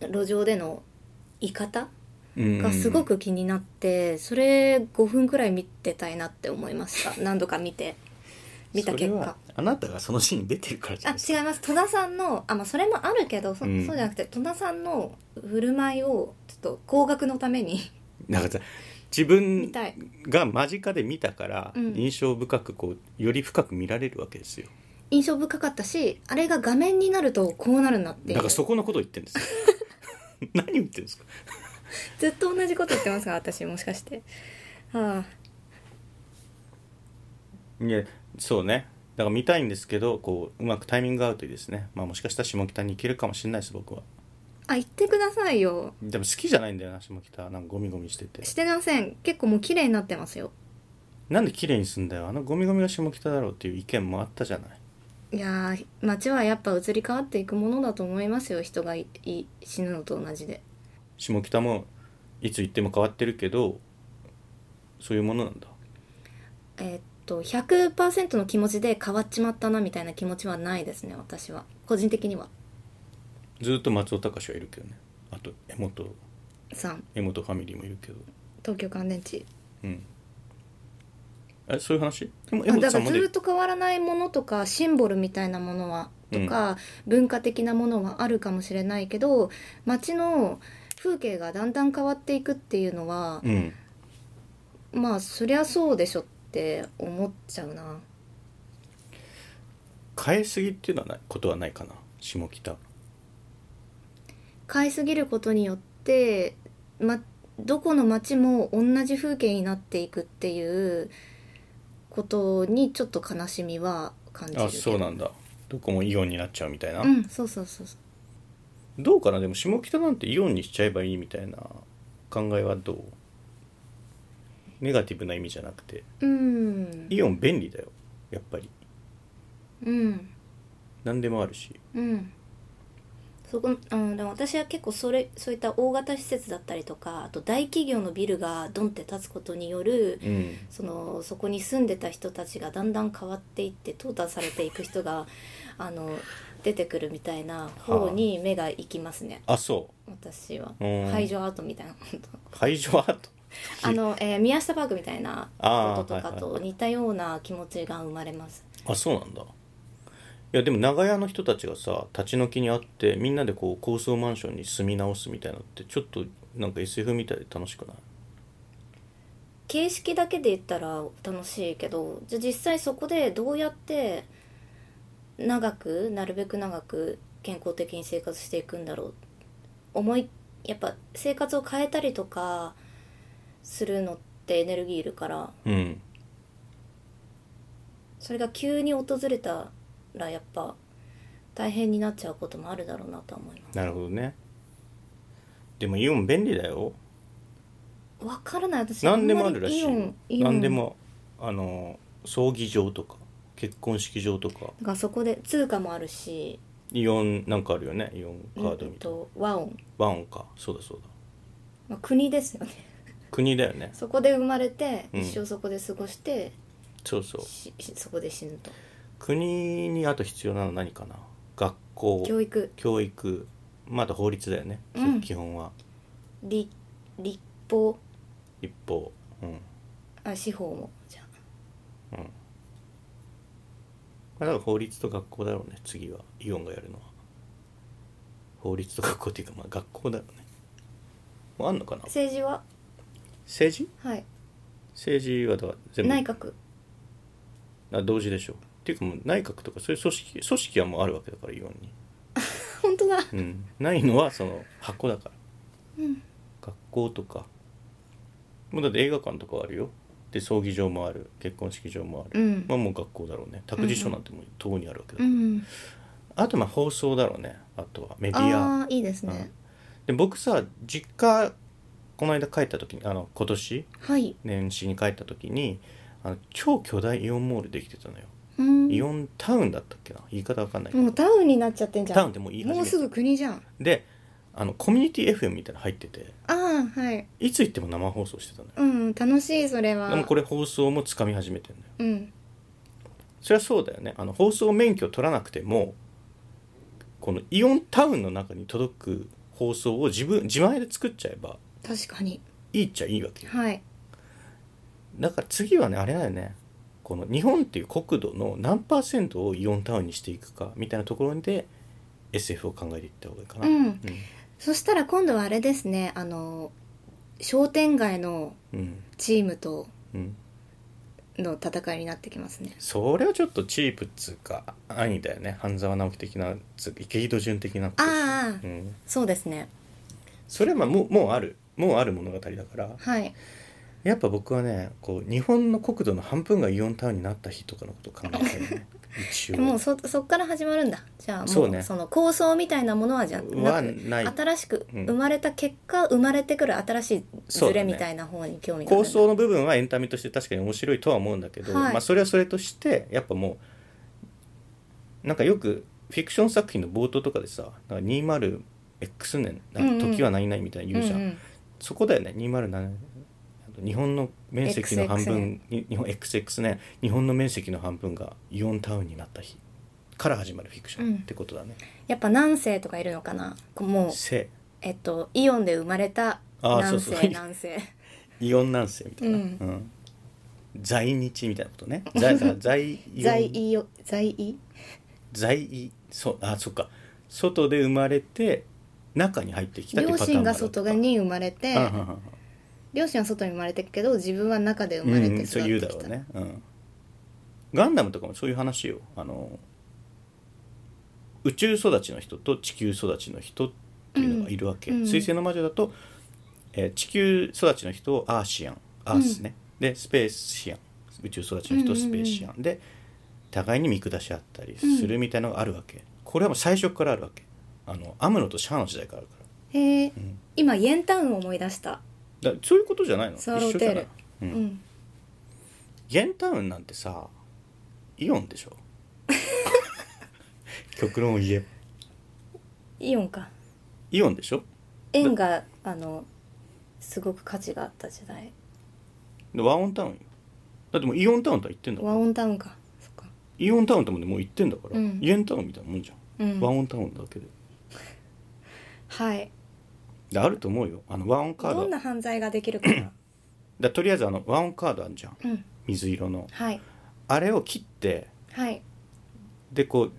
路上での居方
うん
がすごく気になって、それ5分くらい見てたいなって思いま した何度か見て見た結
それ
果
はあなたがそのシーンに出てるからじ
あ
ゃないですか
違います戸田さんのあ、まあ、それもあるけどそ,、
うん
そうじゃなくて戸田さんの振る舞いをちょっと高額のために
なんかさ自
見
分
たい
が間近で見たから
うん
印象深くこうより深く見られるわけですよ、
印象深かったしあれが画面になるとこうなるんだっていう
だからそこのことを言ってるんですよ 何を言ってるんですか
ずっと同じこと言ってますが私もしかしてああ
いやそうねだから見たいんですけどこううまくタイミングが合うといいですねまあもしかしたら下北に行けるかもしれないです僕は
あ言ってくださいよ
でも好きじゃないんだよな下北なんかゴミゴミしてて
してません結構もう綺麗になってますよ
なんで綺麗にすんだよあのゴミゴミが下北だろうっていう意見もあったじゃない
いやー街はやっぱ移り変わっていくものだと思いますよ人がいい死ぬのと同じで
下北もいつ行っても変わってるけどそういうものなんだ
えーっと100%の気持ちで変わっちまったなみたいな気持ちはないですね私は個人的には
ずっと松尾隆はいるけどねあと江本
3
江本ファミリーもいるけど
東京乾電池
うんえそういう話でも江
あ
本
だ
さ
か
ん
ら
まで
ずっと変わらないものとかシンボルみたいなものはとか、文化的なものはあるかもしれないけど街の風景がだんだん変わっていくっていうのは
う、ん
まあそりゃそうでしょって思っちゃうな
変えすぎっていうのはないことはないかな下北
買いすぎることによって、ま、どこの街も同じ風景になっていくっていうことにちょっと悲しみは感じる
あそうなんだどこもイオンになっちゃうみたいな、
うんそうそうそうそう
どうかなでも下北なんてイオンにしちゃえばいいみたいな考えはどうネガティブな意味じゃなくて
うん
イオン便利だよやっぱり
うん
何でもあるし
うんそこうん、でも私は結構それそういった大型施設だったりとかあと大企業のビルがドンって建つことによる
うん
そのそこに住んでた人たちがだんだん変わっていって淘汰されていく人が あの出てくるみたいな方に目が行きますね、
あそ
私は
う、うん、
排除アートみ たいなこと
排除アート
あの、えー宮下パークみたいな
あー
こととか
はいはい
と似たような気持ちが生まれます、
あそうなんだいやでも長屋の人たちがさ立ち退きにあってみんなでこう高層マンションに住み直すみたいなのってちょっとなんか SF みたいで楽しくない
形式だけで言ったら楽しいけどじゃあ実際そこでどうやって長くなるべく長く健康的に生活していくんだろう思いやっぱ生活を変えたりとかするのってエネルギーいるから
うん
それが急に訪れたらやっぱ大変になっちゃうこともあるだろうなとは思いま
なるほどねでもイオン便利だよ
すわからない私
何でもあるらしい
あんま
よ
りイオンイオン
何でもあの葬儀場とか結婚式場と
だ
か
からそこで通貨もあるし
イオンなんかあるよねイオンカー
う
ドみ
ん
たいな
と和音、
和音かそうだそうだ
まあ、国ですよね
国だよね
そこで生まれて、
うん
一生そこで過ごして
そうそう
ししそこで死ぬと
国にあと必要なのは何かな学校
教育
教育まだ法律だよね、
うん
基本は
立立法
一方、うん、
あ司法もじゃあ
まあだから法律と学校だろうね次はイオンがやるのは法律と学校っていうかまあ学校だろうねもうあんのかな
政治は
政治
はい
政治はだから全部
内閣
あ同時でしょっていうかもう内閣とかそういう組織組織はもうあるわけだからイオンに、
本当だ
うん、ないのはその箱だから
うん
学校とかもうだって映画館とかはあるよで葬儀場もある結婚式場もある、
うん
まあもう学校だろうね託児所なんてもう遠にあるわけだ、
うん
あとまあ放送だろうねあとはメディア
ああいいですね、
で僕さ実家この間帰った時にあの今年
はい
年始に帰った時にあの超巨大イオンモールできてたのよ、
うん
イオンタウンだったっけな言い方わかんないけど
もうタウンになっちゃってんじゃん
タウンってもう言い始めて
もうすぐ国じゃん
であのコミュニティ FM みたいなの入ってて
ああはい
いつ行っても生放送してたのよ
うん楽しいそれは
でもこれ放送もつかみ始めてるの
う
よ
ん
そりゃそうだよねあの放送免許取らなくてもこのイオンタウンの中に届く放送を自分自前で作っちゃえば
確かに
いいっちゃいいわけよ
はい
だから次はねあれだよねこの日本っていう国土の何パーセントをイオンタウンにしていくかみたいなところで SF を考えていった方がいいかな、
うんそしたら今度はあれですねあの商店街の
うんうん
チームと
うん
の戦いになってきますね
それはちょっとチープっつうか安易だよね半沢直樹的なつうか池井戸潤的なことでしょ
ああ
うん、
そうですね
それはまあもうもうあるもうある物語だから
はい
やっぱ僕はねこう日本の国土の半分がイオンタウンになった日とかのことを考えてる ね一応
もうそそっから始まるんだじゃあもう
そ
そ,、
うね
の構想みたいなものはじゃな
は
く
ない
新しく
うん
生まれた結果、生まれてくる新しい
そう
ズ
だ
レ
ね
みたいな方に興味がある
構想の部分はエンタメとして確かに面白いとは思うんだけど、
はい
まあそれはそれとしてやっぱもうなんかよくフィクション作品の冒頭とかでさ「なんか 20X 年な
う
んか
んうん
時は何々」みたいな言うじゃん、
うんうん
そこだよね207日本の面積の半分に日本 XX 年日本の面積の半分がイオンタウンになった日から始まるフィクションってことだね。
やっぱ南西とかいるのかなこうもう
せ
えっとイオンで生まれた
あー
南
そう
西
そう
南 西
イオン南西みたいな、
う
うんん在日みたいなことね 在在
在
在
イオ在イ
在イそうあそっか外で生まれて中に入ってきたって
両
パター
親
ンもあ
が
る
外
わけか
側に生まれて
うんうんうん
両親は外に生まれてるけど自分は中で生ま
う
れ
ん
て
そう
育っ
言う
て
だ
き
ろ
た、
うね、うん、ガンダムとかもそういう話よあの宇宙育ちの人と地球育ちの人っていうのがいるわけ、
うんうん
水星の魔女だと、えー地球育ちの人をアーシアンアースね、でスペーシアン宇宙育ちの人をスペーシアン、で互いに見下し合ったりするみたいなのがあるわけ、これはもう最初からあるわけあのアムロとシャアの時代からあるか
へ
ら
え、
ん
今イエンタウンを思い出した
だからそういうことじゃないの一
サロ
緒
テ
じゃ
ー
な
ル
い、うん
うん
イエンタウンなんてさイオンでし ょ極論を言え
イオンか
イオンでしょ
円があのすごく価値があった時代
で和音タウンよだってもうイオンタウンとは言ってんだか
和
ら
音タウンかそっか
イオンタウンともねもう言ってんだから、
うん
イエンタウンみたいなもんじゃ
うん
ん和音タウンだけで
はい
であると思うよあの和音カー
ど
ド
んな犯罪ができるか な
だとりあえずあの和音カードあるじゃん
うん
水色の
はい
あれを切って
はい
でこう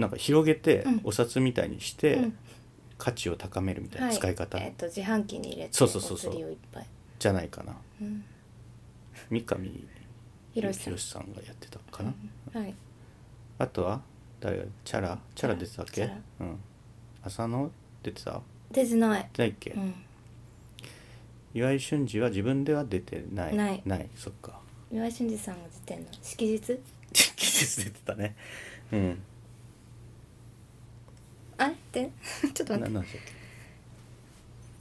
なんか広げて、
うん
お札みたいにして、
うん
価値を高めるみたい
は
ない使い方
えっ、と自販機に入れて
そうそうそうそう
お釣りをいっぱい
じゃないかな、
うん
三上
ひろしさん
さんがやってたかな、
はい
あとは誰がチャラチャラ出てたっ
チャ
け
ラ
うん浅野出てた
出てない
出ないっけ、
うん
岩井俊二は自分では出てない
ない
そっか
岩井俊二さんが出てんの式日
技術出てたねうん
あれって ちょっと
何
待
な
っ
ん
て
だっ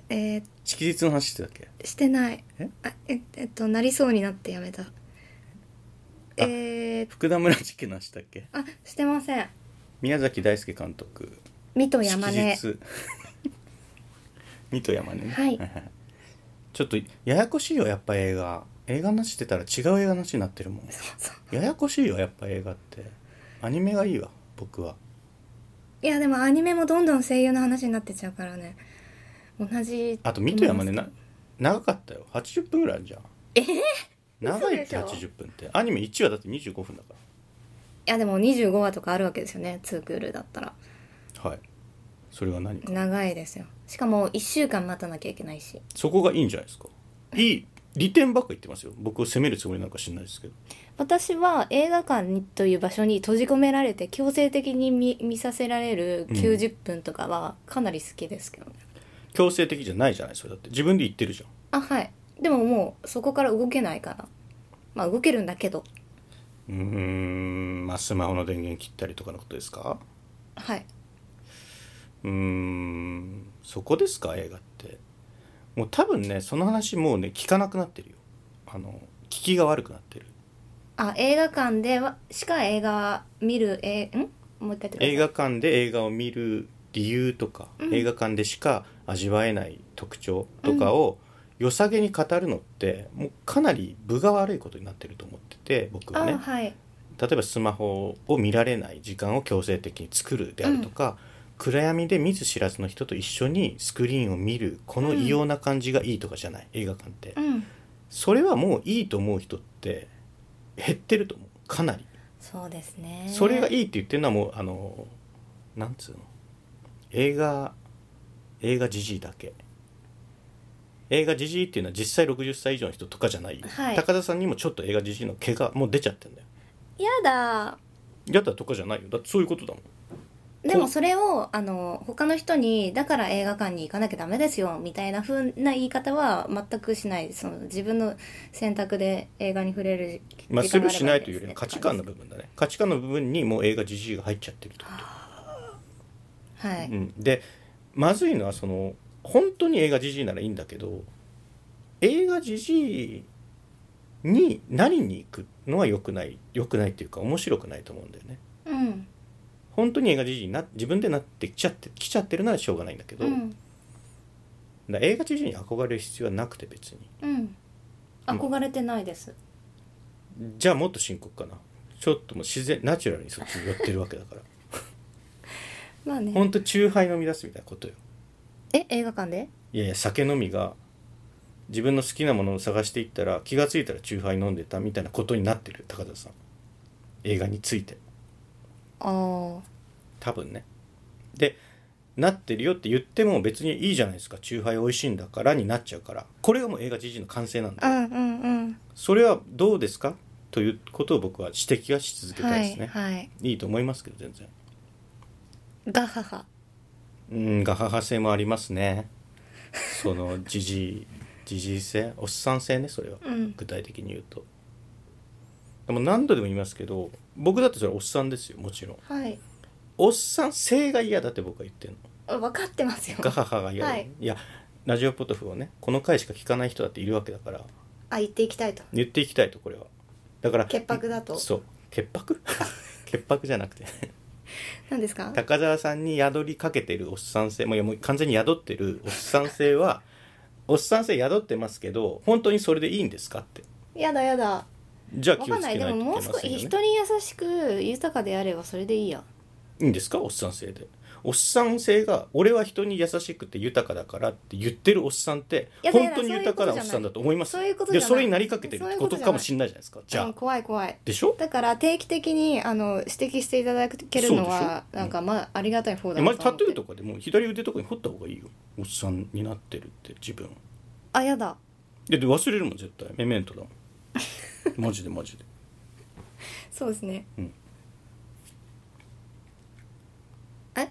け
えー
識日の話してたっけ
してない
え
あええっとなりそうになってやめたえー
福田村事件の話だっけ
あしてません
宮崎大輔監督
水戸
識
山根
日水戸山根ね
はい
ちょっとややこしいよやっぱ映画映画の話してたら違う映画の話になってるもん
そう
ややこしいよやっぱ映画ってアニメがいいわ僕はい
やでもアニメもどんどん声優の話になってっちゃうからね同じ
あと見てやまねな長かったよ80分ぐらいあるじゃん
え
長いっ
嘘
て
でしょ
80分ってアニメ1話だって25分だか
いやでも25話とかあるわけですよね2クールだったら
らはいそれは何か
長いですよしかも1週間待たなきゃいけないし
そこがいいんじゃないですかいい利点ばっか言ってますよ僕を責めるつもりなんか知んないですけど
私は映画館にという場所に閉じ込められて強制的に見見させられる
うん
90分とかはかなり好きですけどね、
強制的じゃないじゃないそれだって自分で言ってるじゃん
あはいでももうそこから動けないからまあ動けるんだけど
うーんまあスマホの電源切ったりとかのことですか
はいう
ーんそこですか映画ってもう多分ねその話もうね聞かなくなってるよあの聞きが悪くなってる
あ映画館ではしか映画見るえんもう一回言ってください
映画館で映画を見る理由とか、
うん
映画館でしか味わえない特徴とかを良さげに語るのってもうかなり分が悪いことになってると思ってて僕は
あ
ね
はい
例えばスマホを見られない時間を強制的に作るであるとか、暗闇で見ず知らずの人と一緒にスクリーンを見るこの異様な感じがいいとかじゃない、映画館って
うん
それはもういいと思う人って減ってると思うかなり
そうですね
それがいいって言ってるのはもうあのなんつうの映画映画じじいだけ映画じじいっていうのは実際60歳以上の人とかじゃないよ、
はい
高田さんにもちょっと映画じじいの毛がもう出ちゃってんだよ
やだ
やったとかじゃないよだってそういうことだもん
でもそれをあの他の人にだから映画館に行かなきゃダメですよみたいな風な言い方は全くしないその自分の選択で映画に触れる時
まあ、す
間があれば
るしないというよりは価値観の
で
部分だね価値観の部分にもう映画じじいが入っちゃってるってこと
すねはい、
うん、でまずいのはその本当に映画じじいならいいんだけど映画じじいに何に行くのは良くない良くないっていうか面白くないと思うんだよね
うん
本当に映画じじいにな自分でなってきちゃってきちゃってるならしょうがないんだけど、
うん
だから映画じじいに憧れる必要はなくて別に
うん憧れてないです、
じゃあもっと深刻かなちょっともう自然ナチュラルにそっちに寄ってるわけだ から
まあね
本当チューハイ飲み出すみたいなことよ
え映画館で
いやいや酒飲みが自分の好きなものを探していったら気がついたらチューハイ飲んでたみたいなことになってる高田さん映画について
ああ
多分ねでなってるよって言っても別にいいじゃないですかチューハイ美味しいんだからになっちゃうからこれがもう映画じじいの完成なん
う
だ
んうんうん
それはどうですかということを僕は指摘はし続けた
はい
です
い
ね、
はい
い、いと思いますけど全然
ガハハ
うんガハハ性もありますねそのじじいじじい性おっさん性ねそれは
うん
具体的に言うとでも何度でも言いますけど僕だってそれおっさんですよもちろん
はい
おっさん性が嫌だって僕は言ってん の
あ分かってますよ
ガハハが嫌だ、
はい
いやラジオポトフをねこの回しか聞かない人だっているわけだから
あ言っていきたいと
言っていきたいとこれはだから
潔白だと
そう 潔白潔白じゃなくて
何ですか
高澤さんに宿りかけてるおっさん性もういやもう完全に宿ってるおっさん性 はおっさん性宿ってますけど本当にそれでいいんですかって
やだやだ
じゃあ
わ
気を
かん
つけ
な
ない
いで
とい
も
け
も
ま
う少
せん
し
よね
人に優しく豊かであればそれでいいや
いいんですかおっさん性でおっさん性が俺は人に優しくて豊かだからって言ってるおっさんって
いやいやい
本
や
当に豊かなおっさんだと思います
そういうことじゃ
で
ない
それになりかけてるってことかもし
れ
れないじゃないですかじゃあ
怖い怖い
でしょ
だから定期的にあの指摘していただけるのは
そうでしょ
なんかまあありがたい方だ
え
な
まずタトゥーと
か
かでもう左腕とかに彫った方がいいよおっさんになってるって自分
あやだ
でで忘れるもん絶対メメントだもん マジでマジで
そうですね
うん
え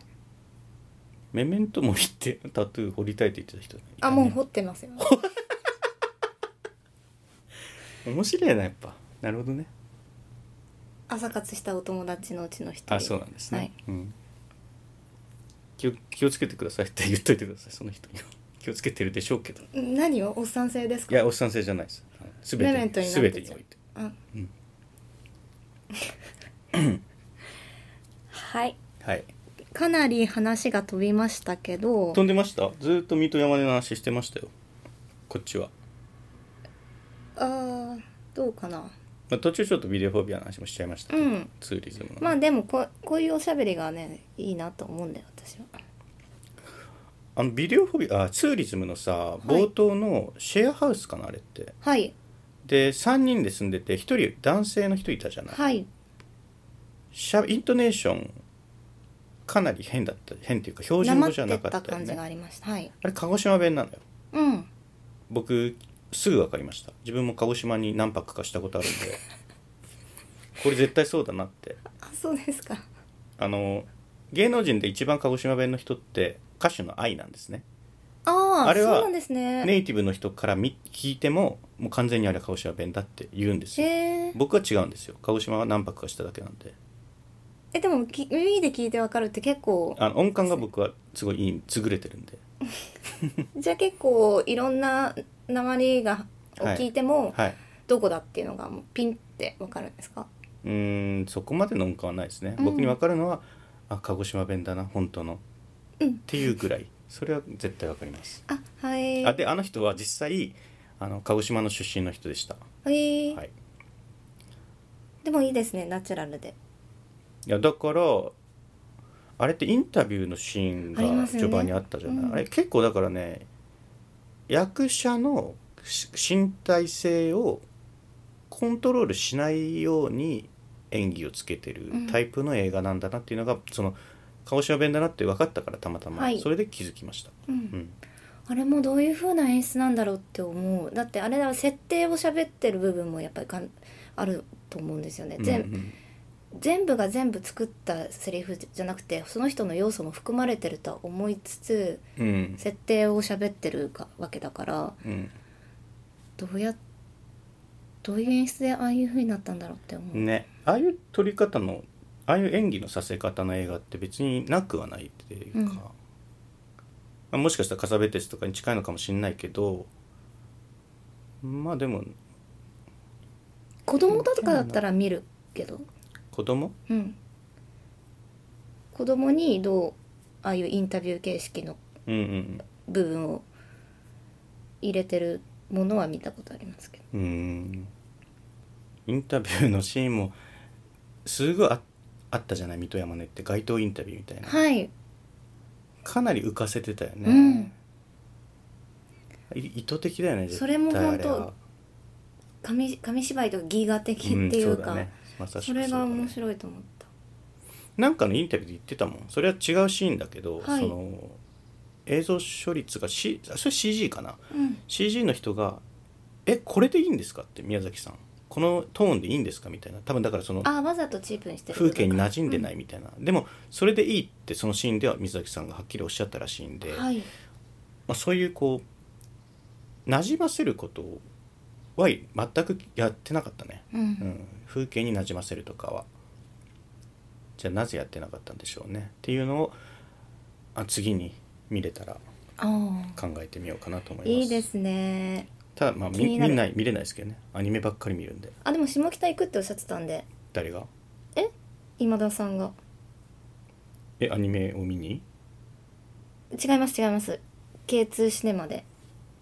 メメントもリってタトゥー彫りたいって言ってた人
あもう掘ってますよ
面白いなやっぱなるほどね
朝活したお友達のうちの一人
あそうなんですね、
はい
うん、気を気をつけてくださいって言っといてくださいその人には 気をつけてるでしょうけどい
何をおっさん性ですか
やおっさん性じゃないです、はい、全
メメント
て
に
に
なって
全てにおいて
あ はい
はい
かなり話が飛びましたけど
飛んでましたずーっと水戸山根の話してましたよこっちは、
あーどうかな
まあ、途中ちょっとビデオフォビアの話もしちゃいましたけど、
うん
ツーリズムの、
まあでもここういうおしゃべりがねいいなと思うんだよ私は
あのビデオフォビアあツーリズムのさ
い
冒頭のシェアハウスかなあれって
はい
で3人で住んでて1人男性の人いたじゃない
はい
しゃイントネーションかなり変だった変っていうか標準
生
語
っ
じゃ
て
なか
た
ったよ
感じ
ね
がありましたはい
あれ鹿児島弁なのよ
うん
僕すぐ分かりました自分も鹿児島に何泊かしたことある んでこれ絶対そうだなって
あそうですか
あの芸能人で一番鹿児島弁の人って歌手の愛なんですね
あ
あ
あ
れ
そう
は
なんですね
ネイティブの人から見聞いてももう完全にあれは鹿児島弁だって言うんです
えー、
よ僕は違うんですよ鹿児島は何泊かしただけなんで
えでもき耳で聞いてわかるって結構
あの音感が僕はすごいいい優れてるんで
じゃあ結構いろんな鉛がを
はい
聞いても
はい
どこだっていうのがもうピンってわかるんですか
うーんそこまでの音感はないですね、
うん
僕に分かるのはあ鹿児島弁だな本当の、
うん
っていうぐらいそれは絶対分かります、
あはい
あであの人は実際あの鹿児島の出身の人でした、
はい、
はい、
でもいいですねナチュラルで
いやだからあれってインタビューのシーン
あり
が
ますよね
序盤にあったじゃないあ,、
うん
れ結構だからね役者のし身体性をコントロールしないように演技をつけてる
うん
タイプの映画なんだなっていうのが、その鹿児島弁だなって分かったからたまたま、
はい
それで気づきました、
うん
うん、
あれもどういう風な演出なんだろうって思うだってあれは設定を喋ってる部分もやっぱりかんあると思うんですよね、全
うんうん
全部が全部作ったセリフじゃなくてその人の要素も含まれてるとは思いつつ
うん
設定を喋ってるかわけだから
うん
どうやどういう演出でああいう風になったんだろうって思う、
ねああいう撮り方のああいう演技のさせ方の映画って別になくはないっていうか、
うん
まあもしかしたら「カサベテス」とかに近いのかもしれないけどまあでも
子供とかだったら見るけど
子供
うん子供にどうああいうインタビュー形式の
うんうん
部分を入れてるものは見たことありますけど
うんうーんインタビューのシーンもすごいああったじゃない水戸山根って街頭インタビューみたいな
はい
かなり浮かせてたよね、
うん
い意図的だよね
それも
絶対あ
本当
れは
紙紙芝居とかギガ的って
うん
い
そううだ
か、
ねまさしく
それ
う
が
だね
面白いと思った
なんかのインタビューで言ってたもんそれは違うシーンだけど、
はい
その映像処理っつうか、C、あそれ CG かな
うん、
CG の人が「えこれでいいんですか?」って宮崎さんこのトーンでいいんですかみたいな多分だからその
あわざとチープにしてる、
風景に馴染んでないいみたいな、でもそれでいいってそのシーンでは水崎さんがはっきりおっしゃったらしいん
う
で、
んはい
まあ、そういうこう馴染ませることは全くやってなかったね、
うん
うん、風景になじませるとかはじゃあなぜやってなかったんでしょうねっていうのをあ次に見れたら
ああ
考えてみようかなと思います
いいですね
ただまあ
気
見
になる
見ない見れないですけどねアニメばっかり見るんで
あでも下北行くっておっしゃってたんで
誰が
今田さんが
えアニメを見に
違います違います K2 シネマで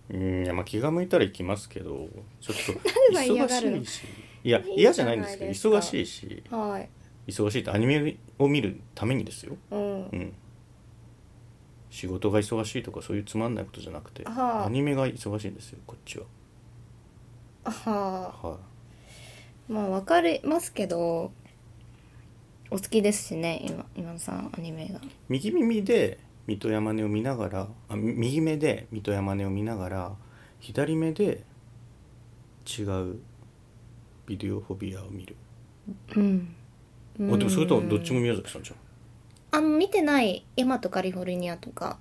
うんいやまあ気が向いたら行きますけどちょっ と
が嫌がるの
忙しいしいや
いい
嫌じゃないんですけど
じゃない
忙
ですか
しいし
はい
忙しいってアニメを見るためにですよ
うん
うん仕事が忙しいとかそういうつまんないことじゃなくて
はあ
アニメが忙しいんですよこっちは
あは
は
あまあわかりますけどお好きですしね今今田さんアニメが
い右耳で水戸山根を見ながらあみ右目で水戸山根を見ながら左目で違うビデオフォビアを見る
うん
あでもそれともどっちも宮崎さんじゃん
あの見てない「ヤマトカリフォルニア」とか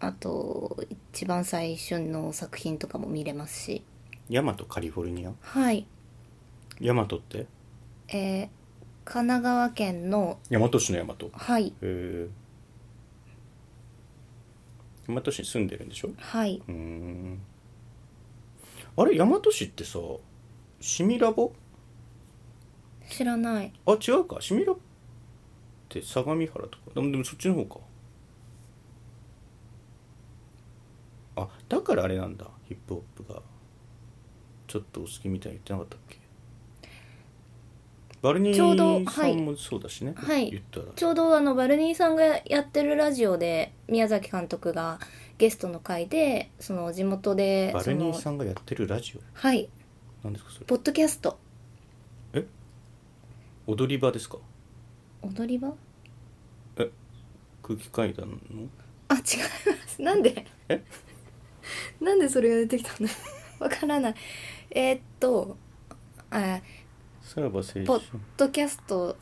あと一番最初の作品とかも見れますし
ヤマトカリフォルニア
はい
ヤマトって
えー、神奈川県の
大和市の大和へ
はい
え大和市に住んでるんでしょ
はいう
ーんあれ大和市ってさシミラボ
知らない
あ違うかシミラボって相模原とかでもでもそっちの方かあだからあれなんだヒップホップがちょっとお好きみたいに言ってなかったっけバルニ
ちょうど
ーさ
はい
んもそうだしね、
はい
言ったら
ちょうどあのバルニーさんがやってるラジオで宮崎監督がゲストの回でその地元で
バ
そ
ルニ
の
ーさんがやってるラジオ
はい
なんですかそれ
ポッドキャスト
踊り場ですか
踊り場
空気階段の
あ違います なんで
え
なんでそれが出てきたの わからないえーっとあ
さらば青
ポッ
春
ドキャスト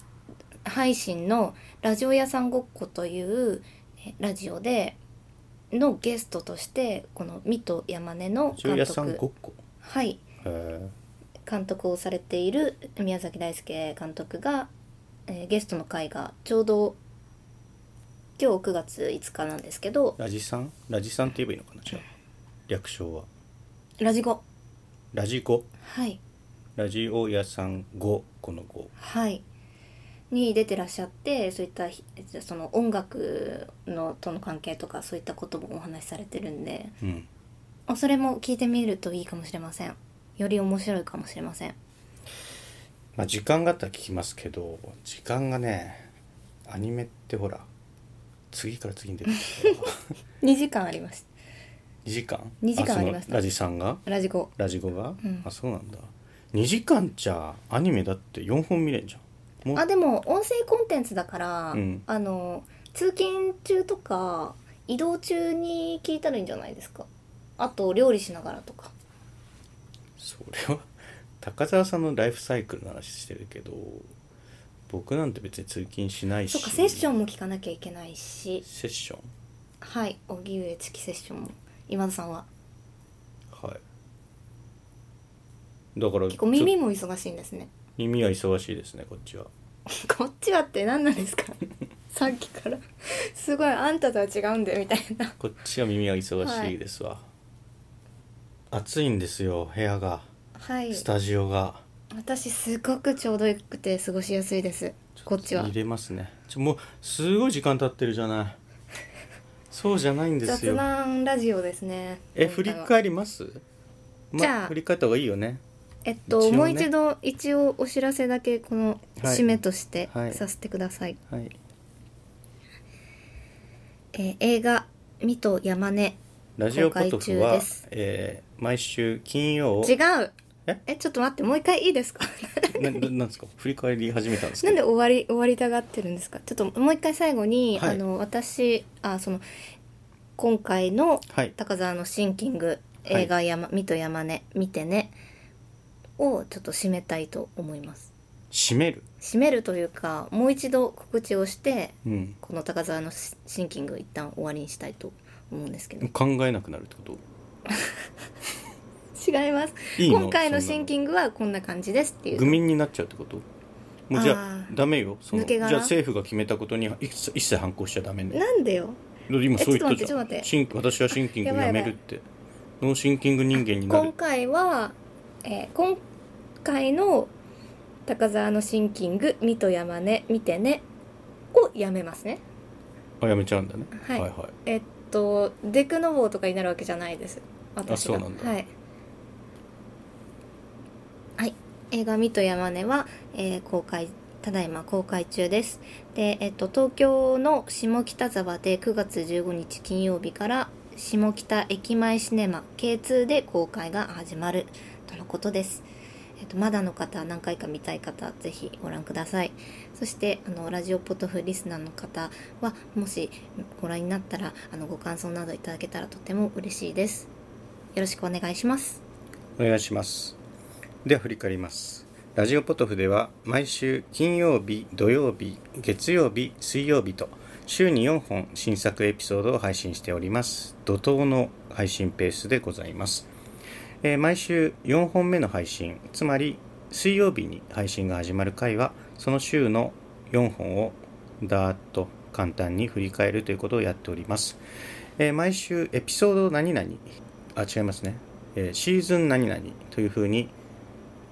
配信の「ラジオ屋さんごっこ」というえラジオでのゲストとしてこの水戸山根の
ジュ
監
リアさんご
督
っこ
はい
へ
監督をされている宮崎大輔監督が、えーゲストの回がちょうど今日9月5日なんですけど
えラジさんラジさんって言えばいいのかなじゃあ略称は
ラジゴ
ラジコ
はい
ラジオ屋さん5この5
はいに出てらっしゃってそういったひその音楽のとの関係とかそういったこともお話しされてるんで
うん
あそれも聞いてみるといいかもしれませんより面白いかもしれません
まあ時間があったら聞きますけど時間がねアニメってほら次から次に出てくる から
2時間ありまし
2時間
二時間
その
ありました
ラジさんが
たラジゴ
ラジゴが、
うん
あそうなんだ2時間じゃアニメだって4本見れんじゃんも
あでも音声コンテンツだから、
うん
あの通勤中とか移動中に聞いたらいいんじゃないですかあと料理しながらとか
それは高澤さんのライフサイクルの話してるけど僕なんて別に通勤しないし
そっかセッショ
ン
ンも聞かなきゃいけないし
セッション
はい荻上チキセッションも今田さんは
はいだから
結構耳
ちょ
も忙しいんですね
耳は忙しいですねこっちは
こっちはって何なん ですかさっきからすごいあんたとは違うんでみたいな
こっちは耳が忙しいですわ、暑いんですよ部屋が
はい
スタジオが
私すごくちょうどよくて過ごしやすいですこっちは
入れますねちょもうすごい時間経ってるじ ゃないそうじゃないんです
雑
よ
談ラジオですね
え振
今
り
回は
返りますま
じゃあ
振り返った方がいいよね
えっと、
一応ね
もう一度一応お知らせだけこの
はい
締めとして
はい
させてください、
はい
えー映画「水戸山根
ラジオポトフ
公開中
は
です、
えー毎週金」曜
違う
え
えちょっと待ってもう一回いいですか
なななんですか振り返り始めたんですか
なんで終わり終わりたがってるんですかちょっともう一回最後に、
は
あ
い
の私あその今回の
はい
高沢のシンキング
はい
映画山、水戸山根見てね」をちょっと締めたいと思います
締める
締めるというかもう一度告知をして
うん
この高沢のシシンキングを一旦終わりにしたいと思うんですけど
考えなくなるってこと
違います
いいの
今回の
そんな
シンキングはこんな感じですってい
愚
う
民になっちゃうってこともうじゃあ
あー
ダメよその
抜
じ
け
ゃあ
殻
政府が決めたことに一切一切反抗しちゃダメね
なんでよ
だって今そう言った
え
じ
ちょ
ゃ
っと待っ
ん
て
シン私はシンキング
やばい
や
やば
め
い
るってノーシンキング人間にな
今
る
回は、えー今回の高沢のシンキング「見と山根見てね」をやめますね
あやめちゃうんだね
はい
はい
えっとデクノボーとかになるわけじゃないです私が
あそうなんだ
はい、はい、映画「水戸山根は」えー公開ただいま公開中ですで、えっと、東京の下北沢で9月15日金曜日から下北駅前シネマ K2 で公開が始まるとのことですえっと、まだの方何回か見たい方ぜひご覧くださいそしてあのラジオポトフリスナーの方はもしご覧になったらあのご感想などいただけたらとても嬉しいですよろしくお願いします
お願いしますでは振り返りますラジオポトフでは毎週金曜日土曜日月曜日水曜日と週に4本新作エピソードを配信しております怒涛の配信ペースでございます、えー毎週4本目の配信つまり水曜日に配信が始まる回はその週の4本をだーっと簡単に振り返るということをやっております、えー毎週エピソード何々あ違いますねえーシーズン何々というふうに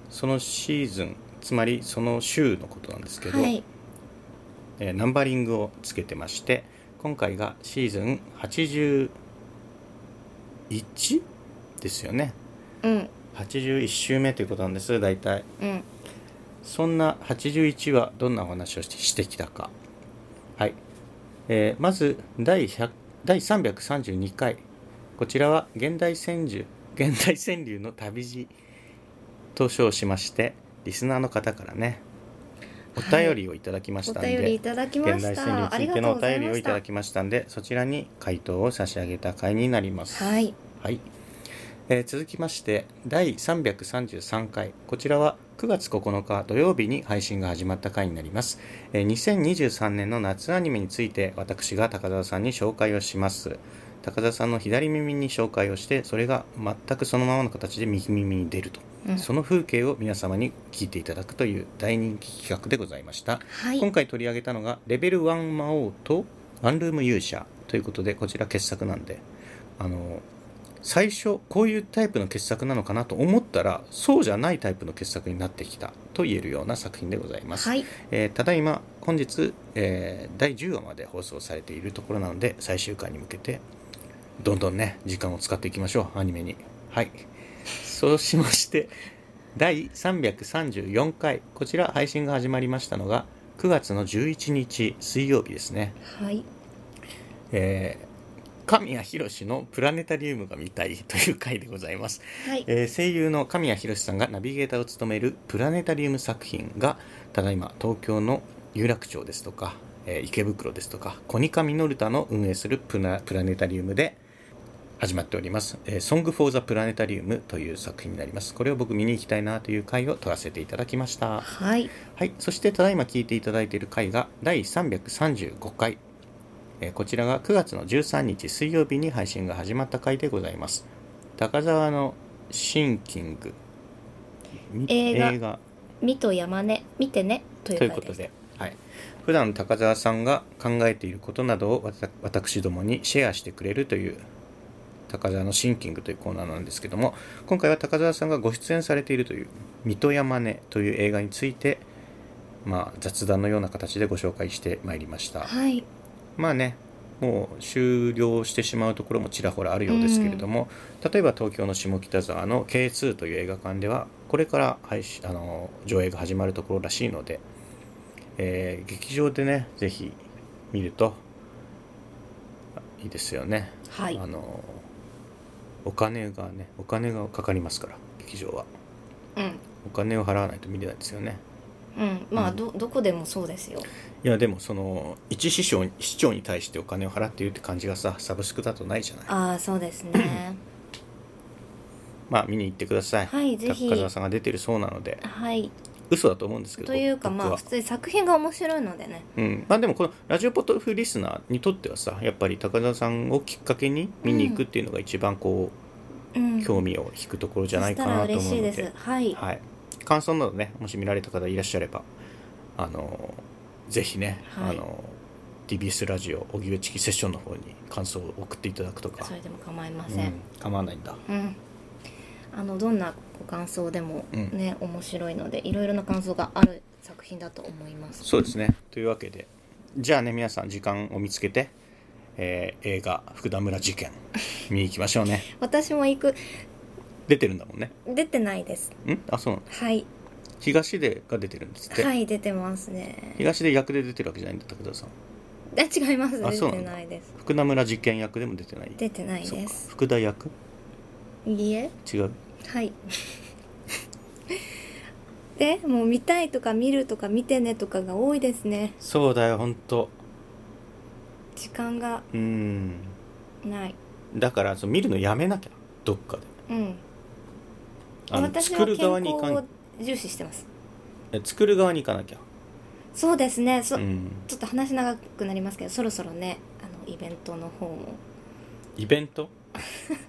そのシーズンつまりその週のことなんですけど、
はい
えーナンバリングをつけてまして今回がシーズン81ですよね
うん
81週目ということなんです大体
うん
そんな81話どんなお話をしてしてきたかはい、えーまず第100第332回こちらは現代川柳現代川柳の旅路と称しましてリスナーの方からねお便りをいただきまし
お
たんで、
便りいただきま
現
し
代川
たあ
柳
り
に
が
つい
と
ての
う
お
ござい
便り
ま
をい
したた
だきましたんでそちらに回答を差し上げた回になります
はい
はい、えー続きまして第333回こちらは9月9日土曜日に配信が始まった回になります、えー2023年の夏アニメについて私が高澤さんに紹介をします高田さんの左耳に紹介をしてそれが全くそのままの形で右耳に出ると、
うん
その風景を皆様に聞いていただくという大人気企画でございました、
はい
今回取り上げたのがレベル1魔王とワンルーム勇者ということでこちら傑作なんであの最初こういうタイプの傑作なのかなと思ったらそうじゃないタイプの傑作になってきたと言えるような作品でございます、
はい
えーただいま本日、えー第10話まで放送されているところなので最終回に向けてどんどんね時間を使っていきましょうアニメにはいそうしまして第334回こちら配信が始まりましたのが9月の11日水曜日ですね
はい
えー神谷博のプラネタリウムが見たいという回でございます
はい
えー声優の神谷博さんがナビゲーターを務めるプラネタリウム作品がただいま東京の有楽町ですとか、えー池袋ですとかコニカミノルタの運営するプラプラネタリウムで始まっております「えー、Song for the Planetarium」という作品になりますこれを僕見に行きたいなという回を撮らせていただきました
はい
はい、そしてただいま聞いていただいている回が第335回、えーこちらが9月の13日水曜日に配信が始まった回でございます高沢のシンキングみ
映画
映画
見と山根見てねという
という
回
こと
です
で、はい、普段高澤さんが考えていることなどをわた私どもにシェアしてくれるという高澤のシンキングというコーナーなんですけども今回は高澤さんがご出演されているという「水戸山根」という映画について、まあ、雑談のような形でご紹介してまいりました
はい
まあねもう終了してしまうところもちらほらあるようですけれども、例えば東京の下北沢の K2 という映画館ではこれから配信あの上映が始まるところらしいので、えー劇場でねぜひ見るといいですよね、
はい
あのお金がねお金がかかりますから劇場は
うん
お金を払わないと見れないですよね
うんまあ
うん
どどこでもそうですよ
いやでもその一市長市長に対してお金を払っているって感じがさサブスクだとないじゃない
ああそうですね
まあ見に行ってください。
はいぜひ
高田さんが出てるそうなので、
はい
嘘だと思うんですけど。
というかま
僕
あ
は
普通に作品が面白いのでね
うん。まあでもこのラジオポトフリスナーにとってはさ、やっぱり高田さんをきっかけに見に行くっていうのが一番こ
うん
う、興味を引くところじゃないかなと思うので。
そしたら嬉しいですはい
はい。感想などね、もし見られた方いらっしゃれば、あのぜひね、
はい
あの TBS ラジオ荻上チキセッションの方に感想を送っていただくとか
そ、れでも構いま
う
せん
ん、構わないんだ。
うん、あのどんなご感想でも
うん
ね、面白いのでいろいろな感想がある作品だと思います
そうですね。というわけで、じゃあね、皆さん、時間を見つけて、えー映画、福田村 事件、見に行きましょうね。
私も行く
出てるんだもんね。
出てないです
んあ、そうなの。
はい
東出が出てるんですって。
はい出てますね
東出役で出てるわけじゃないんだ、武田さん。
あ違います
あ
出
そう
て
なんだ
ないです
福田村事件役でも出てない。
出てない
そう
で
か
す
福田役
いいえ
違う。
はい でもう見たいとか見るとか見てねとかが多いですね
そうだよ、ほんと。
時間が
うーん。
ない
だから、その見るのやめなきゃ、どっかで。
うん
あの
私は
作る
健康
側に行か
を
ん
重視してます
え作る側に行かなきゃ。
そうですねそ、
うん。
ちょっと話長くなりますけどそろそろねあのイベントの方も
イベン ト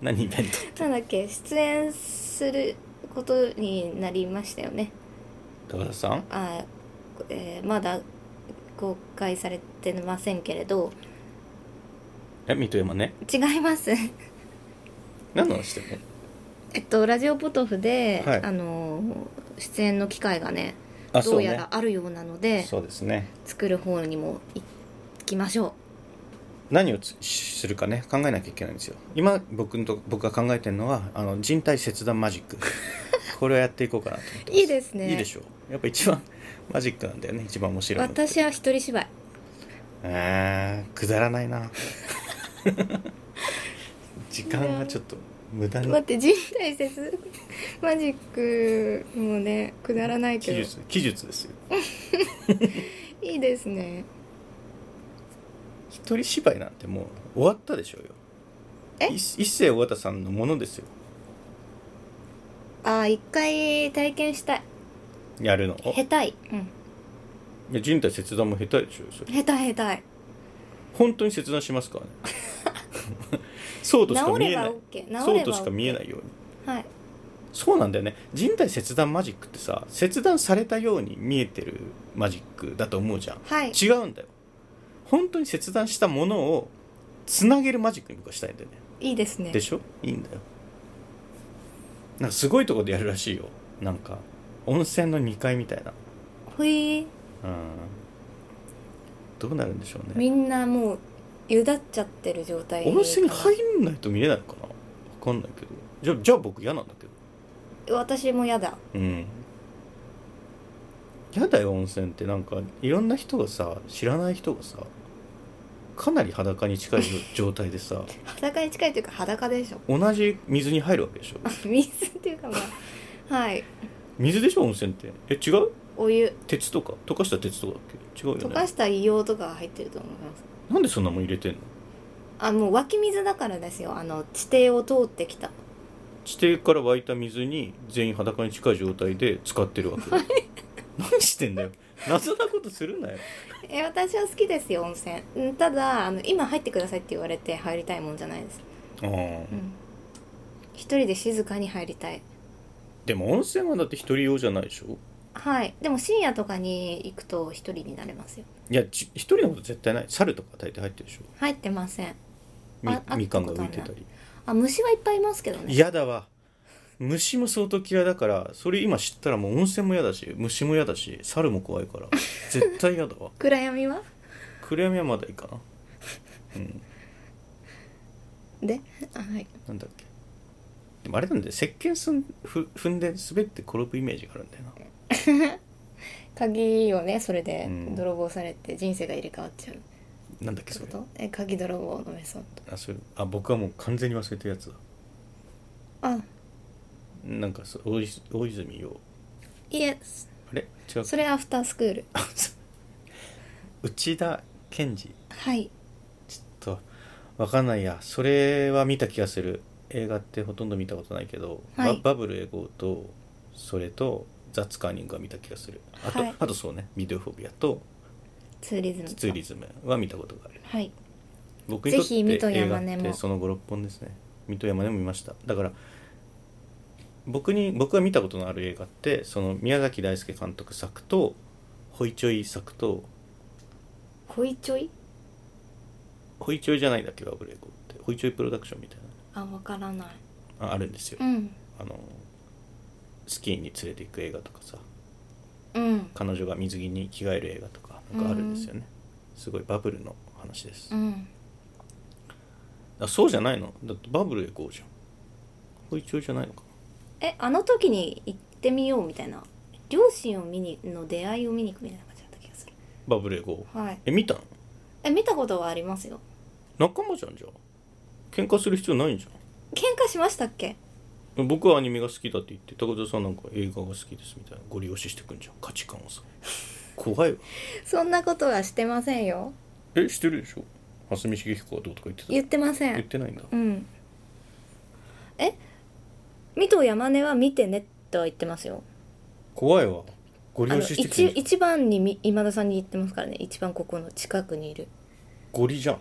何イベント
なんだっけ出演することになりましたよね
高田さん
あ、えーまだ公開されてませんけれど
え、水戸山ね。
違います
何の話してるの
えっとラジオポトフで、
はい
あの出演の機会がね
あ
どうやらあるようなので、
そうですね
作る方にも行きましょ
何をつするかね考えなきゃいけないんですよ今僕のと僕が考えてるのはあの人体切断マジッ クこれをやっていこうかなと思って
う
ます
いいですね
いいでしょうやっぱ一番 マジックなんだよね一番面白いのって
私は一人芝居
えーくだらな いな時間がちょっと無駄に
待って人体説マジックもねくだらない
技
けど
術技術ですよ
いいですね
一人芝居なんてもう終わったでしょうよ
え
い一世尾形さんのものですよ
あー一回体験したい
やるのを
下手い、うん、
いや人体切断も下手でしょそれ
下手下手い
本当に切断しますからね そうとしか
治
見え
れ
な
ば
い
OK 治れば OK
そうとしか見えないように
はい
そうなんだよね人体切断マジックってさ切断されたように見えてるマジックだと思うじゃん
はい
違うんだよ本当に切断したものをつなげるマジックに僕はしたいんだよね
いいですね
でしょいいんだよなんかすごいとこでやるらしいよなんか温泉の2階みたいな
ほい
うんどうなるんでしょうね
みんなもうゆだっちゃってる状態
温泉に入んないと見れないのかな分かんないけどじゃあじゃあ僕嫌なんだけど
私もやだ
うんやだよ温泉ってなんかいろんな人がさ知らない人がさかなり裸に近い状状態で さ
裸に近いというか裸でしょ
同じ水に入るわけでしょ
あ水っていうかまあはい
水でしょ温泉ってえ違う
お湯
鉄とか溶かした鉄とかだっけ違うよ
溶か
ね
した硫黄とかが入ってると思います
なんでそんなもん入れてんの
あもう湧き水だからですよあの地底を通ってきた
地底から湧いた水に全員裸に近い状態で使ってるわ け何してんだよ謎なことするなよ
え私は好きですよ温泉うんただあの今入ってくださいって言われて入りたいもんじゃないです、
ああ
うん、一人で静かに入りたい
でも温泉はだって一人用じゃないでしょ
はいでも深夜とかに行くと一人になれますよ
いやち一人のこと絶対ない猿とか大体入ってるでしょ
入ってません
み
ああ
みかんが浮いてたり
あ虫はいっぱいいますけどね
嫌だわ虫も相当嫌いだからそれ今知ったらもう温泉も嫌だし虫も嫌だし猿も怖いから絶対嫌だわ
暗闇は
暗闇はまだいいかなうん
で あはい
なんだっけでもあれなんだよ石鹸すんふ踏んで滑って転ぶイメージがあるんだよな
鍵をねそれで
うん
泥棒されて人生が入れ替わっちゃうっ
なんだっけ
てこ
それ
とえ鍵泥棒のメソッド
あそれあ僕はもう完全に忘れたやつだ
あ
なんかそう大泉大泉洋
いえ
あれ違う
それアフタースクール
内田健二
はい
ちょっとわかんないやそれは見た気がする映画ってほとんど見たことないけど、
はい
ババブル英語とそれとザ・ツカーニングは見た気がするあと、
はい
あとそうねビデオフォビアと
ツーリズム
ツーリズムは見たことがある
はい
僕にとっ
ぜひ水戸
て映
山
画っ
根も
てその56本ですね水戸山根も見ましただから僕に僕が見たことのある映画ってその宮崎大輔監督作とホイチョイ作と
ホイチョイ
ホイチョイじゃないんだっけバブル英語ってホイチョイプロダクションみたい
あわからない
なああるんですよ
うん
あのスキーに連れて行く映画とかさ
うん
彼女が水着に着替える映画とかなんかあるんですよね、すごいバブルの話です、
うん
あそうじゃないのだってバブルへ行こうじゃんこれ一応じゃないのか
えあの時に行ってみようみたいな両親を見にの出会いを見に行くみたいな感じだった気がする
バブルへ行こう
はい
え見たの
え見たことはありますよ
仲間じゃんじゃあ喧嘩する必要ないじゃ
喧嘩しましたっけ
ん僕はアニメが好きだって言って高田さんなんか映画が好きですみたいなご利用ししてくんじゃん価値観を さ怖いわ
そんなことはしてませんよ
えしてるでしょ蓮見茂彦はどうとか言ってた
言ってませ
言っ
ん
てないんだ
うんえ水戸山根は見てねとは言ってますよ
怖いわご利
あ
用
の
ししてくんじ
一
ゃん
一番にみ今田さんに言ってますからね一番ここの近くにいる
ゴリじゃん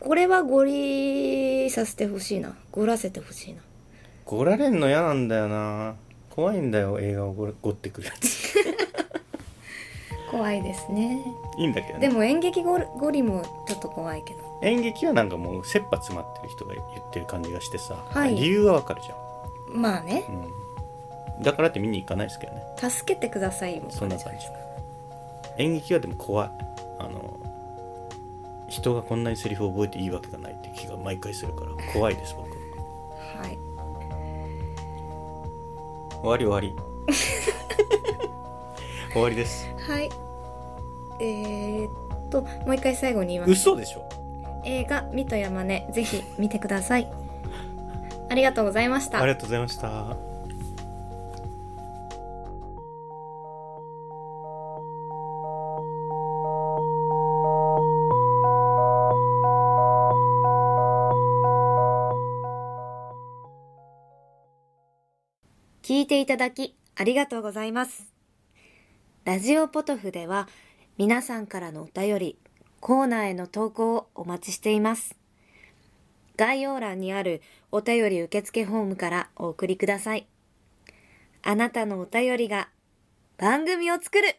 これはゴリさせてほしいなゴらせてほしいな
ごられんの嫌なんだよな怖いんだよ映画をごらごってくるや つ
怖いですね
いいんだけどね
でも演劇ゴリゴリもちょっと怖いけど
演劇はなんかもう切羽詰まってる人が言ってる感じがしてさ、
はい
理由はわかるじゃ
まあね
ん、うん、だからって見に行かないですけどね
助けてくださいも
そんな感じ演劇はでも怖いあの人がこんなにセリフを覚えていいわけがないって気が毎回するから怖いです僕
はい
終わり終わ り終わりです
はいえー、っともう一回最後に言います
嘘でしょ
映画「水戸山根」ぜひ見てくださいありがとうございました
ありがとうございました
聞いていただきありがとうございます。ラジオポトフでは皆さんからのお便り、コーナーへの投稿をお待ちしています。概要欄にあるお便り受付フォームからお送りください。あなたのお便りが番組を作る